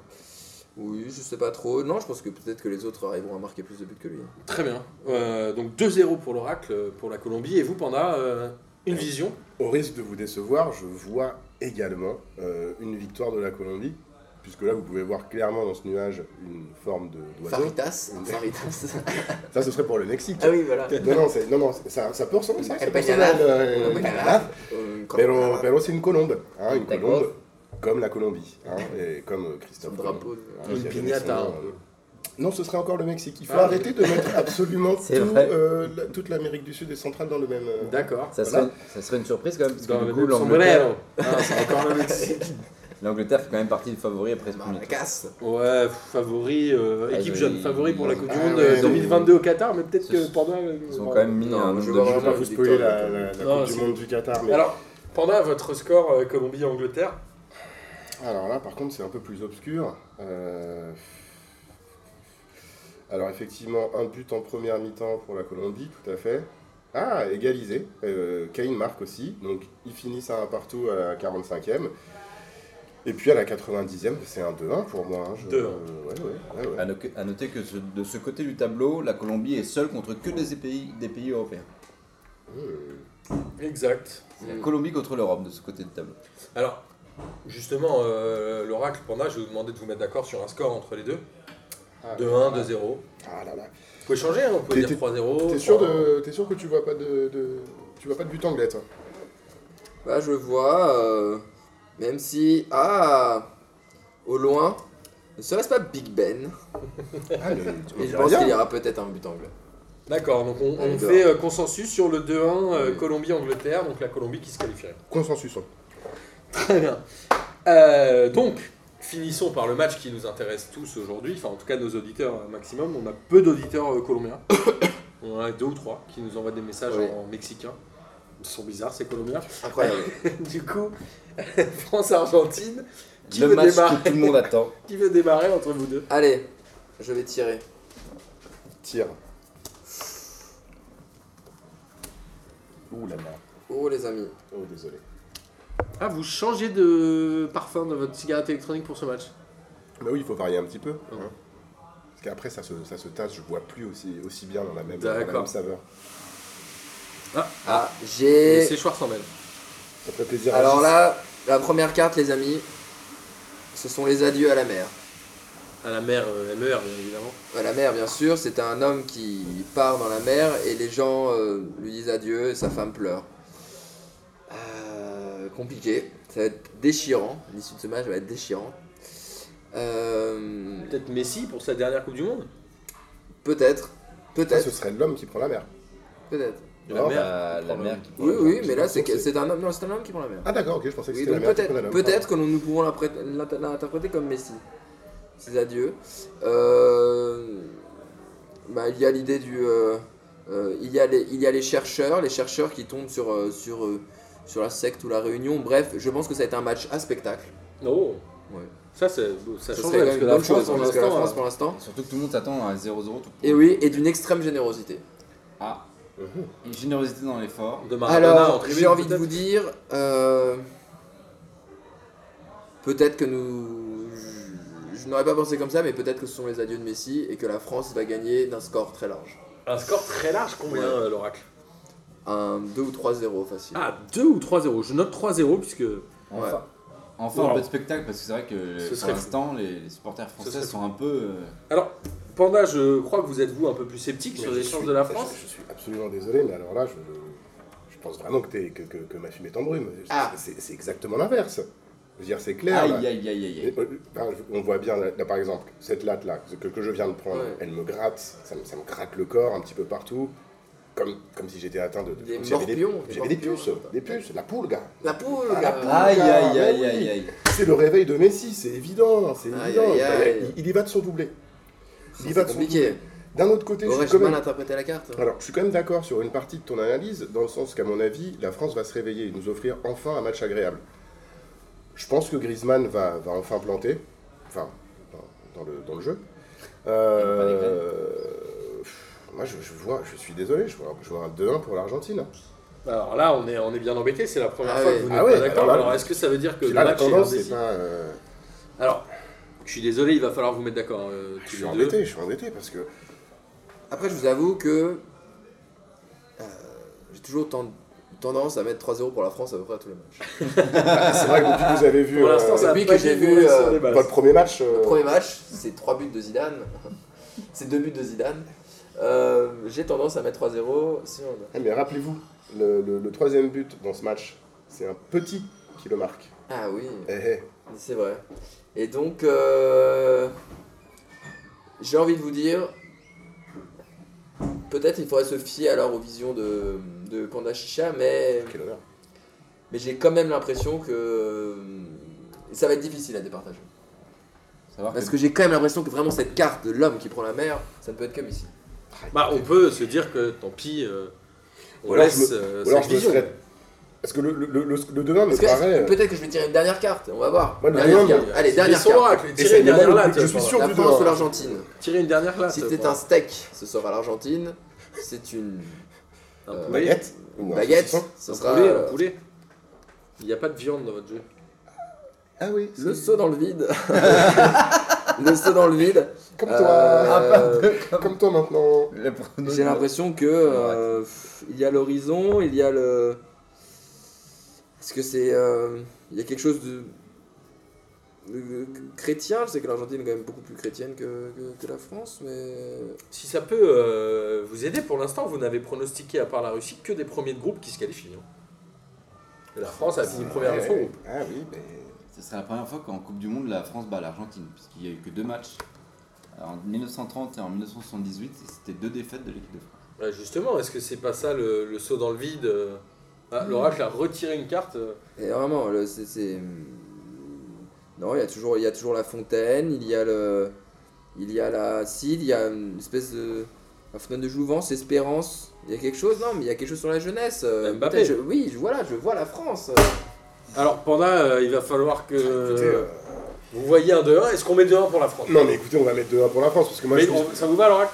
Speaker 3: Oui, je sais pas trop. Non, je pense que peut-être que les autres arriveront à marquer plus de buts que lui. hein.
Speaker 1: Très bien. Euh, donc 2-0 pour l'Oracle, euh, pour la Colombie. Et vous, Panda, euh, une vision
Speaker 4: Au risque de vous décevoir, je vois également euh, une victoire de la Colombie, puisque là vous pouvez voir clairement dans ce nuage une forme de d'oiseau.
Speaker 3: Faritas, [laughs]
Speaker 4: Oui.
Speaker 3: Faritas.
Speaker 4: Ça, ce serait pour le Mexique.
Speaker 3: ah oui, voilà.
Speaker 4: Non, non, c'est- non, non, ça, ça peut ressembler ça. ça peut ressembler
Speaker 3: Empanada.
Speaker 4: à une- à une
Speaker 3: Empanada.
Speaker 4: empanada,
Speaker 3: Euh, quand-
Speaker 4: Pero, pero c'est une colombe, hein, une
Speaker 2: D'accord.
Speaker 4: colombe comme la Colombie, hein, et comme euh,
Speaker 3: Son
Speaker 4: Christophe. Colomb.
Speaker 3: drapeau.
Speaker 4: Hein,
Speaker 1: Une
Speaker 4: il avait
Speaker 1: piñata,
Speaker 4: son nom,
Speaker 1: un peu.
Speaker 4: euh, Non, ce serait encore le Mexique. Il faut
Speaker 1: Ah.
Speaker 4: arrêter de [laughs] mettre absolument tout,
Speaker 2: C'est vrai.
Speaker 4: euh, la- toute l'amérique du Sud et centrale dans le même. euh,
Speaker 1: D'accord. Bah,
Speaker 2: Ça serait, ça serait une surprise quand même, parce que
Speaker 1: Dans
Speaker 2: du
Speaker 1: le
Speaker 2: coup,
Speaker 1: même
Speaker 2: l'Angleterre
Speaker 1: sombrero. Ah, c'est encore le Mexique.
Speaker 2: l'Angleterre fait quand même partie des favoris après ce premier
Speaker 3: La
Speaker 2: tour.
Speaker 3: casse.
Speaker 1: Ouais, pff, favori, euh,
Speaker 2: Ah,
Speaker 1: équipe
Speaker 2: ils-
Speaker 1: jeune, favori pour la Coupe du
Speaker 4: Ah,
Speaker 1: Monde
Speaker 4: ouais,
Speaker 1: euh,
Speaker 4: ils ont-
Speaker 1: 2022 au Qatar, mais peut-être que euh,
Speaker 2: Ils
Speaker 1: Panda.
Speaker 2: Ils ont quand même mis
Speaker 3: Non,
Speaker 2: un
Speaker 3: je
Speaker 2: nombre
Speaker 3: vois
Speaker 2: de
Speaker 4: Je
Speaker 3: vraiment
Speaker 4: vais pas
Speaker 2: joueurs.
Speaker 4: vous spoiler
Speaker 3: Victoire de
Speaker 4: la,
Speaker 3: la
Speaker 4: la- la
Speaker 1: Non,
Speaker 4: Coupe du
Speaker 1: c'est-
Speaker 4: Monde du Qatar, mais
Speaker 1: Alors, Panda, votre score euh, Colombie-Angleterre
Speaker 4: Alors là, par contre, c'est un peu plus obscur. Euh, Alors, effectivement, un but en première mi-temps pour la Colombie, tout à fait. Ah, égalisé. Euh, Kane marque aussi. Donc, ils finissent à un partout à la 45e. Et puis à la 90e, c'est un 2-1 pour moi. hein. Je-
Speaker 1: 2-1.
Speaker 4: ouais, ouais, ouais, ouais.
Speaker 2: À no- à noter que ce- de ce côté du tableau, la Colombie est seule contre que des pays, des pays européens.
Speaker 4: Euh,
Speaker 1: Exact.
Speaker 2: C'est
Speaker 3: Mm.
Speaker 2: La Colombie contre l'Europe de ce côté du tableau.
Speaker 1: Alors, justement, euh, l'oracle Panda, je vais vous demander de vous mettre d'accord sur un score entre les deux.
Speaker 4: Ah,
Speaker 1: 2-1, 2-0. Vous
Speaker 4: Ah là là.
Speaker 1: pouvez changer, hein, vous pouvez
Speaker 4: T'es-
Speaker 1: dire
Speaker 4: t'es-
Speaker 1: 3-0.
Speaker 4: T'es sûr, de... t'es sûr que tu vois pas de, de- Tu vois pas de but anglais, toi
Speaker 3: Là, je vois. euh, même si. Ah Au loin, Ne serait-ce pas Big Ben
Speaker 4: Ah, [laughs] mais on
Speaker 3: Et je
Speaker 4: dirait
Speaker 3: pense
Speaker 4: bien.
Speaker 3: qu'il y aura peut-être un but anglais.
Speaker 1: D'accord, donc on, on
Speaker 3: Allez,
Speaker 1: fait euh, consensus sur le 2-1 euh,
Speaker 3: Oui.
Speaker 1: Colombie-Angleterre, donc la Colombie qui se qualifierait.
Speaker 4: Consensus. hein.
Speaker 1: Très bien. Euh, donc, finissons par le match qui nous intéresse tous aujourd'hui, enfin en tout cas nos auditeurs euh, maximum. On a peu d'auditeurs euh, colombiens. [coughs] On en a deux ou trois qui nous envoient des messages
Speaker 3: Oui.
Speaker 1: en, en mexicain. Ils sont bizarres ces colombiens. [laughs]
Speaker 3: Incroyable.
Speaker 1: du coup, [laughs] France-Argentine, qui,
Speaker 2: Le
Speaker 1: veut
Speaker 2: match
Speaker 1: démarrer-
Speaker 2: que tout le monde attend.
Speaker 1: qui veut démarrer entre vous deux
Speaker 3: Allez, je vais tirer.
Speaker 4: Tire. Ouh là là.
Speaker 3: Oh les amis.
Speaker 4: Oh, désolé.
Speaker 1: Ah, vous changez de parfum de votre cigarette électronique pour ce match
Speaker 4: Bah oui, il faut varier un petit peu. hein. Parce qu'après, ça se, ça se tasse, je bois plus aussi, aussi bien dans la même, dans la
Speaker 1: D'accord.
Speaker 4: même saveur.
Speaker 3: Ah,
Speaker 1: Et
Speaker 3: j'ai.
Speaker 1: c'est Schwarzendel.
Speaker 4: Ça ferait plaisir à
Speaker 3: Alors
Speaker 4: Gis.
Speaker 3: là, la première carte, les amis, ce sont les adieux à la mer.
Speaker 1: À la mer, euh, MER, bien évidemment.
Speaker 3: À la mer, bien sûr, c'est un homme qui part dans la mer et les gens euh, lui disent adieu et sa femme pleure. Euh, compliqué, ça va être déchirant. L'issue de ce match va être déchirant. Euh,
Speaker 1: Peut-être Messi pour sa dernière Coupe du Monde
Speaker 3: peut-être,
Speaker 4: Ça, Ah, ce
Speaker 3: peut-être,
Speaker 4: serait l'homme qui prend la mer.
Speaker 3: peut-être.
Speaker 1: La
Speaker 4: Oh,
Speaker 1: mer.
Speaker 2: Bah, la mère qui
Speaker 3: Oui, oui, mais là,
Speaker 4: pensais
Speaker 3: c'est
Speaker 4: que
Speaker 3: c'est un homme, non, c'est un homme qui prend la mer.
Speaker 4: Ah d'accord, ok, je pensais que
Speaker 3: Oui,
Speaker 4: c'était la
Speaker 3: donc
Speaker 4: mer qui prenait
Speaker 1: hein,
Speaker 3: peut-être
Speaker 4: l'homme.
Speaker 3: peut-être que nous pouvons l'appré- l'int- l'interpréter comme Messi. Ses adieux. Euh, bah, il y a l'idée du. euh, euh, il, y a les, il y a les chercheurs, les chercheurs qui tombent sur, euh, sur, euh, sur la secte ou la réunion. Bref, je pense que ça a été un match à spectacle.
Speaker 1: Oh
Speaker 3: Ouais.
Speaker 1: Ça, c'est- ça
Speaker 3: Ça
Speaker 1: change, parce
Speaker 3: serait quand même
Speaker 1: que
Speaker 3: une
Speaker 1: la
Speaker 3: bonne
Speaker 1: France,
Speaker 3: chose,
Speaker 1: pour
Speaker 3: parce que la France
Speaker 1: l'instant, hein.
Speaker 3: pour l'instant.
Speaker 2: Surtout que tout le monde s'attend à 0-0. tout-
Speaker 3: Et Eh oui, et d'une extrême générosité.
Speaker 2: Ah,
Speaker 1: Mhm.
Speaker 2: une générosité dans l'effort.
Speaker 1: de Maradona en
Speaker 3: Alors,
Speaker 1: tribune,
Speaker 3: j'ai envie de
Speaker 1: peut-être.
Speaker 3: vous dire, euh, peut-être que nous, je, je n'aurais pas pensé comme ça, mais peut-être que ce sont les adieux de Messi et que la France va gagner d'un score très large,
Speaker 1: Un score très large, combien,
Speaker 3: Ouais.
Speaker 1: euh, l'oracle
Speaker 3: un 2 ou 3-0 facile.
Speaker 1: Ah, 2 ou 3-0. Je note 3-0, puisque
Speaker 2: Enfin, enfin
Speaker 1: Wow.
Speaker 2: un peu de spectacle parce que c'est vrai que
Speaker 1: Ce
Speaker 2: pour
Speaker 1: serait fou.
Speaker 2: l'instant les, les supporters
Speaker 1: serait
Speaker 2: français
Speaker 1: fou.
Speaker 2: sont un peu. euh,
Speaker 1: Alors, Panda, je crois que vous êtes vous un peu plus sceptique
Speaker 4: Mais
Speaker 1: sur
Speaker 4: je
Speaker 1: les chances
Speaker 4: suis-
Speaker 1: de la
Speaker 4: je-
Speaker 1: France.
Speaker 4: Je, suis absolument désolé, mais alors là, je, je pense vraiment que, t'es- que, que, que ma fumée est en brume. C'est-
Speaker 3: Ah.
Speaker 4: C'est c'est exactement l'inverse. Je veux dire, c'est clair.
Speaker 2: Aïe
Speaker 4: là.
Speaker 2: aïe aïe aïe aïe.
Speaker 4: Et, euh, ben, je- on voit bien, là, là, par exemple, cette latte là que, que je viens de prendre,
Speaker 3: Ouais.
Speaker 4: elle me gratte, ça me, ça me gratte le corps un petit peu partout, comme, comme si j'étais atteint de. de-
Speaker 3: Des
Speaker 4: comme si j'avais des,
Speaker 3: morpions, des
Speaker 4: j'avais des
Speaker 3: morpions, hein.
Speaker 4: puces,
Speaker 3: quoi.
Speaker 4: des puces, la poule, gars.
Speaker 3: La poule, euh,
Speaker 4: Ah, la
Speaker 3: gars.
Speaker 4: poule.
Speaker 2: Aïe aïe
Speaker 4: mais
Speaker 2: aïe
Speaker 4: oui.
Speaker 2: aïe aïe.
Speaker 4: C'est le réveil de Messi, c'est évident, c'est
Speaker 3: Aïe,
Speaker 4: évident.
Speaker 3: aïe, aïe.
Speaker 4: Il, il y va de son doublé. Il y va
Speaker 3: c'est
Speaker 4: de son
Speaker 3: compliqué.
Speaker 4: doublé. D'un autre côté, je suis
Speaker 3: Aurais-je
Speaker 4: quand même-
Speaker 3: mal interprété la carte
Speaker 4: alors, je suis quand même d'accord sur une partie de ton analyse, dans le sens qu'à mon avis, la France va se réveiller et nous offrir enfin un match agréable. Je pense que Griezmann va, va enfin planter, enfin, dans, dans le, dans le jeu. Euh, moi, je, je vois, je suis désolé, je vois, je vois un 2-1 pour l'Argentine.
Speaker 1: Alors là, on est, on est bien embêté, c'est la première
Speaker 3: Ah
Speaker 1: fois
Speaker 3: ouais.
Speaker 1: que vous
Speaker 4: Ah
Speaker 1: n'êtes
Speaker 4: ouais,
Speaker 1: pas d'accord.
Speaker 4: alors
Speaker 1: Alors,
Speaker 4: là-
Speaker 1: est-ce que ça veut dire que
Speaker 4: Puis
Speaker 1: le
Speaker 4: là, la
Speaker 1: match est
Speaker 4: tendance, c'est
Speaker 1: indécis
Speaker 4: pas. euh,
Speaker 1: Alors, je suis désolé, il va falloir vous mettre d'accord. euh, tous
Speaker 4: je
Speaker 1: les
Speaker 4: suis
Speaker 1: deux.
Speaker 4: embêté, je suis embêté parce que.
Speaker 3: Après, je vous avoue que euh, j'ai toujours ten- tendance à mettre 3-0 pour la France à peu près à tous les matchs.
Speaker 4: c'est vrai que depuis que vous avez vu
Speaker 1: Pour l'instant,
Speaker 4: euh,
Speaker 1: ça a
Speaker 3: depuis
Speaker 1: pas
Speaker 3: que j'ai
Speaker 1: été
Speaker 3: vu,
Speaker 1: bon sur
Speaker 3: euh,
Speaker 1: les bases.
Speaker 4: votre premier match. euh,
Speaker 3: Le premier match, c'est 3 buts de Zidane. [laughs] c'est 2 buts de Zidane. Euh, j'ai tendance à mettre 3-0 si on
Speaker 4: eh, mais rappelez-vous, le, le- le troisième but dans ce match, c'est un petit qui le marque.
Speaker 3: Ah oui,
Speaker 4: Eh, eh.
Speaker 3: c'est vrai. Et donc, euh, j'ai envie de vous dire, peut-être il faudrait se fier alors aux visions de, de Panda Chicha, mais,
Speaker 4: Quel honneur.
Speaker 3: mais j'ai quand même l'impression que euh, ça va être difficile à départager.
Speaker 2: Savoir
Speaker 3: Parce que j'ai quand même l'impression que vraiment cette carte de l'homme qui prend la mer, ça ne peut être que Messi.
Speaker 1: Bah, on peut se dire que tant pis, euh, on
Speaker 4: Ou alors,
Speaker 1: laisse
Speaker 4: je
Speaker 1: euh,
Speaker 4: Ou alors
Speaker 1: cette
Speaker 4: je me
Speaker 1: vision.
Speaker 4: serais. Parce que le, le, le, le- le demain me
Speaker 3: Parce que
Speaker 4: paraît. euh,
Speaker 3: peut-être que je vais tirer une dernière carte, on va voir.
Speaker 4: Ouais, mais
Speaker 3: Dernière
Speaker 4: non, mais-
Speaker 3: carte. Allez, dernière
Speaker 1: Laissons
Speaker 3: carte.
Speaker 1: l'oracle,
Speaker 4: Et
Speaker 1: tirer
Speaker 4: c'est
Speaker 1: une dernière
Speaker 4: le
Speaker 1: latte.
Speaker 4: je suis
Speaker 1: Panda.
Speaker 4: sûr
Speaker 3: La
Speaker 4: du
Speaker 3: France
Speaker 4: dehors.
Speaker 3: ou l'Argentine
Speaker 1: Tirer une dernière latte.
Speaker 3: Si c'était
Speaker 1: Panda.
Speaker 3: un steak, ce sera l'Argentine. C'est une
Speaker 1: Un
Speaker 3: euh,
Speaker 1: poulet.
Speaker 4: Baguette
Speaker 3: une
Speaker 4: Ou un
Speaker 3: baguette.
Speaker 4: saucisson
Speaker 3: Ce
Speaker 1: Un
Speaker 3: sera
Speaker 1: poulet, hein.
Speaker 3: euh,
Speaker 1: un poulet. Il n'y a pas de viande dans votre jeu.
Speaker 4: Ah oui,
Speaker 3: le saut dans le vide. le saut dans le vide.
Speaker 4: Comme
Speaker 3: Euh,
Speaker 4: toi Ah,
Speaker 3: euh,
Speaker 4: Comme toi maintenant
Speaker 2: Le pronostic-
Speaker 3: J'ai l'impression que euh, pff, il y a l'horizon, il y a le. Est-ce que c'est euh, il y a quelque chose de de- de- chrétien Je sais que l'Argentine est quand même beaucoup plus chrétienne que, que- que la France, mais
Speaker 1: Si ça peut euh, vous aider, pour l'instant, vous n'avez pronostiqué, à part la Russie, que des premiers de groupe qui se qualifient. hein. Et La France a fini première de son groupe.
Speaker 4: Ah oui, mais.
Speaker 2: Ce serait la première fois qu'en Coupe du Monde, la France bat l'Argentine, puisqu'il n'y a eu que deux matchs. En 1930 et en 1978, et c'était deux défaites de l'équipe de France.
Speaker 1: Ouais, justement, est-ce que c'est pas ça le, le saut dans le vide euh ah,
Speaker 4: Hmm.
Speaker 1: L'oracle a retiré une carte. euh,
Speaker 3: Et vraiment, le- c'est- c'est. Non, il y, a toujours, il y a toujours la fontaine, il y a le. Il y a la Cid, il y a une espèce de. La fenêtre de Jouvence, Espérance. Il y a quelque chose, non, mais il y a quelque chose sur la jeunesse. euh,
Speaker 1: Mbappé.
Speaker 3: peut-être, je- oui, je, voilà, je vois la France. Euh,
Speaker 1: Alors, Panda, euh, il va falloir que
Speaker 4: Écoutez, euh,
Speaker 1: vous voyez un 2-1. Est-ce qu'on met 2-1 pour la France
Speaker 4: Non, mais écoutez, on va mettre 2-1 pour la France, parce que moi,
Speaker 1: Mais
Speaker 4: je pense
Speaker 1: on- Ça vous va, l'oracle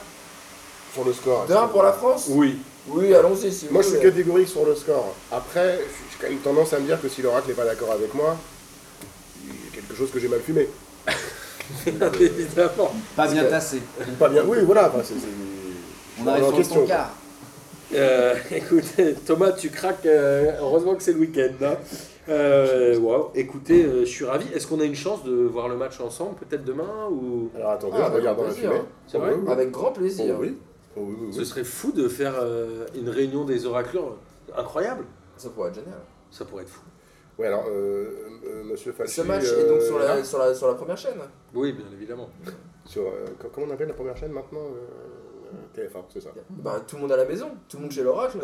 Speaker 4: sur le score.
Speaker 3: Demain pour la France
Speaker 1: Oui.
Speaker 3: Oui, allons-y si
Speaker 4: Moi,
Speaker 3: vous
Speaker 4: je suis
Speaker 3: voulez.
Speaker 4: catégorique sur le score. Après, j'ai quand même tendance à me dire que si l'oracle n'est pas d'accord avec moi, il y a quelque chose que j'ai mal fumé.
Speaker 1: [laughs] Évidemment.
Speaker 2: Pas bien
Speaker 3: que-
Speaker 2: tassé.
Speaker 4: Ou pas bien. Oui, voilà. enfin, c'est- c'est-
Speaker 2: On
Speaker 4: je
Speaker 2: arrive
Speaker 4: remets en
Speaker 2: sur le
Speaker 4: question, quoi.
Speaker 2: encart.
Speaker 1: Euh, [laughs] écoute, Thomas, tu craques. euh, heureusement que c'est le week-end. hein. Euh, wow. Écoutez, euh, je suis ravi. Est-ce qu'on a une chance de voir le match ensemble, peut-être demain ou...
Speaker 4: Alors attendez,
Speaker 3: Ah,
Speaker 4: je regarde dans la
Speaker 3: avec plaisir.
Speaker 4: fumée.
Speaker 1: C'est vrai
Speaker 4: Oh, oui, oui.
Speaker 3: Avec grand
Speaker 4: Oh,
Speaker 3: plaisir.
Speaker 4: oui. Oh, oui, oui,
Speaker 1: Ce
Speaker 4: oui.
Speaker 1: serait fou de faire euh, une réunion des oraclures incroyable.
Speaker 3: Ça pourrait être génial.
Speaker 1: Ça pourrait être fou.
Speaker 4: Ouais, alors, euh, euh, monsieur Falchi.
Speaker 3: Ce match
Speaker 4: euh,
Speaker 3: est donc sur
Speaker 4: là,
Speaker 3: la, sur, la, sur la première chaîne.
Speaker 1: Oui, bien évidemment.
Speaker 4: sur, euh, co- comment on appelle la première chaîne maintenant euh, TF1, c'est ça.
Speaker 3: Bah, tout le monde à la maison, tout le monde chez l'oracle.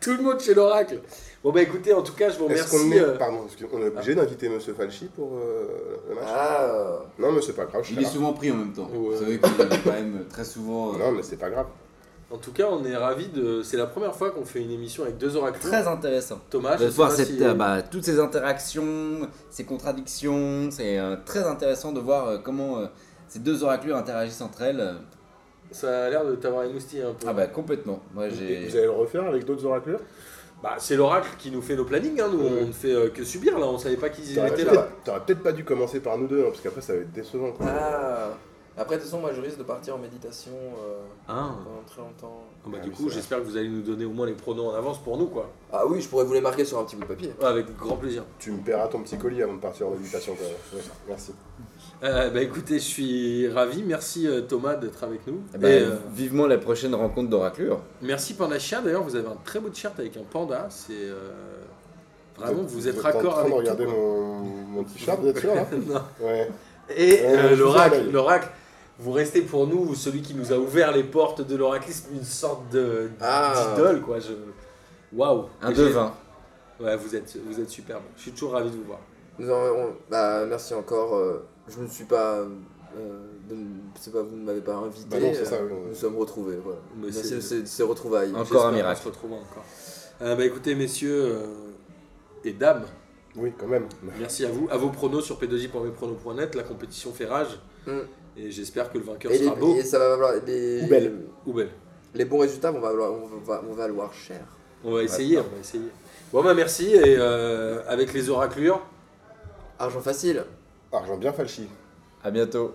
Speaker 1: Tout le monde chez l'oracle. Bon bah écoutez, en tout cas, je vous
Speaker 4: Est-ce
Speaker 1: remercie.
Speaker 4: qu'on est,
Speaker 1: euh,
Speaker 4: pardon, est-ce qu'on est obligé d'inviter Monsieur Falchi pour euh, le match
Speaker 3: Ah,
Speaker 4: Non, mais c'est pas grave. je
Speaker 2: Il
Speaker 4: serai
Speaker 2: est
Speaker 4: là.
Speaker 2: souvent pris en même temps.
Speaker 1: Ouais.
Speaker 2: Vous savez qu'il est quand même très souvent euh,
Speaker 4: Non, mais c'est pas grave.
Speaker 1: En tout cas, on est ravis de. C'est la première fois qu'on fait une émission avec deux oracles.
Speaker 5: Très intéressant.
Speaker 1: Thomas,
Speaker 5: de
Speaker 1: je sais
Speaker 5: voir
Speaker 1: pas
Speaker 5: cette,
Speaker 1: si-
Speaker 5: euh, bah, toutes ces interactions, ces contradictions, c'est euh, très intéressant de voir euh, comment euh, ces deux oraclures interagissent entre elles. euh.
Speaker 1: ça a l'air de t'avoir émoustillé un peu.
Speaker 5: Ah bah complètement. Moi j'ai.
Speaker 4: Vous allez le refaire avec d'autres oraclures
Speaker 1: Bah, c'est l'oracle qui nous fait nos plannings. hein, nous,
Speaker 4: Ouais.
Speaker 1: on ne fait euh, que subir. Là, on savait pas qu'ils
Speaker 4: T'aurais
Speaker 1: étaient
Speaker 4: peut-être
Speaker 1: là.
Speaker 4: t'aurais peut-être pas dû commencer par nous deux, hein, parce qu'après ça va être décevant. quoi.
Speaker 3: ah. Après, de toute façon, moi je risque de partir en méditation euh,
Speaker 1: Ah.
Speaker 3: pendant très longtemps.
Speaker 1: Ah bah,
Speaker 4: Ah,
Speaker 1: du
Speaker 4: oui,
Speaker 1: coup,
Speaker 4: c'est vrai.
Speaker 1: j'espère que vous allez nous donner au moins les pronoms en avance pour nous, quoi.
Speaker 3: Ah oui, je pourrais vous les marquer sur un petit bout de papier.
Speaker 1: Ouais, avec grand plaisir.
Speaker 4: Tu me paieras ton petit colis avant de partir en méditation. Quoi. Ouais, merci.
Speaker 1: Euh, bah, écoutez, je suis ravi. Merci euh, Thomas d'être avec nous.
Speaker 5: Eh ben,
Speaker 1: Et, euh,
Speaker 5: Vivement la prochaine rencontre d'oraclure.
Speaker 1: merci Panda Chien. D'ailleurs, vous avez un très beau t-shirt avec un panda. C'est euh, vraiment,
Speaker 4: êtes-
Speaker 1: vous êtes
Speaker 4: en
Speaker 1: raccord
Speaker 4: train de
Speaker 1: avec
Speaker 4: regarder
Speaker 1: tout,
Speaker 4: mon, mon t-shirt, vous êtes sûr là
Speaker 1: quoi. [laughs] Non.
Speaker 4: Ouais.
Speaker 1: Et
Speaker 4: Euh,
Speaker 1: euh,
Speaker 4: je vous en
Speaker 1: l'oracle,
Speaker 4: prie.
Speaker 1: l'oracle, vous restez pour nous celui qui nous a ouvert les portes de l'oraclisme, une sorte de
Speaker 3: Ah.
Speaker 1: d'idole quoi. Je... Waouh.
Speaker 5: Un
Speaker 1: J'ai-
Speaker 5: devin.
Speaker 1: Ouais, vous êtes, vous êtes superbe. Je suis toujours ravi de vous voir.
Speaker 3: Nous en- on- bah, merci encore. euh, je ne suis pas. euh, de m- c'est pas vous ne m'avez pas invité.
Speaker 4: Bah non, c'est
Speaker 3: euh,
Speaker 4: ça.
Speaker 3: Nous
Speaker 4: euh,
Speaker 3: sommes retrouvés. Voilà. Bah,
Speaker 1: Mais
Speaker 3: Merci
Speaker 1: c'est-
Speaker 3: de ces- ces retrouvailles.
Speaker 5: Encore
Speaker 1: J'espère
Speaker 5: un
Speaker 1: qu'on
Speaker 5: miracle.
Speaker 1: se retrouvera encore. Euh, bah écoutez messieurs euh, et dames,
Speaker 4: Oui, quand même.
Speaker 1: merci à vous, à vos pronos sur p2j.mespronos.net. La compétition fait rage
Speaker 3: Mm.
Speaker 1: et j'espère que le vainqueur
Speaker 3: Et,
Speaker 1: sera
Speaker 3: les-
Speaker 1: beau
Speaker 3: et ça va valoir. Les,
Speaker 4: Ou belle.
Speaker 1: ou belle.
Speaker 3: les bons résultats vont valoir, on va, on va valoir cher.
Speaker 1: On va essayer, on va essayer. Bon bah merci et euh, avec les oraclures.
Speaker 3: Argent facile.
Speaker 4: Argent bien falchi.
Speaker 5: À bientôt.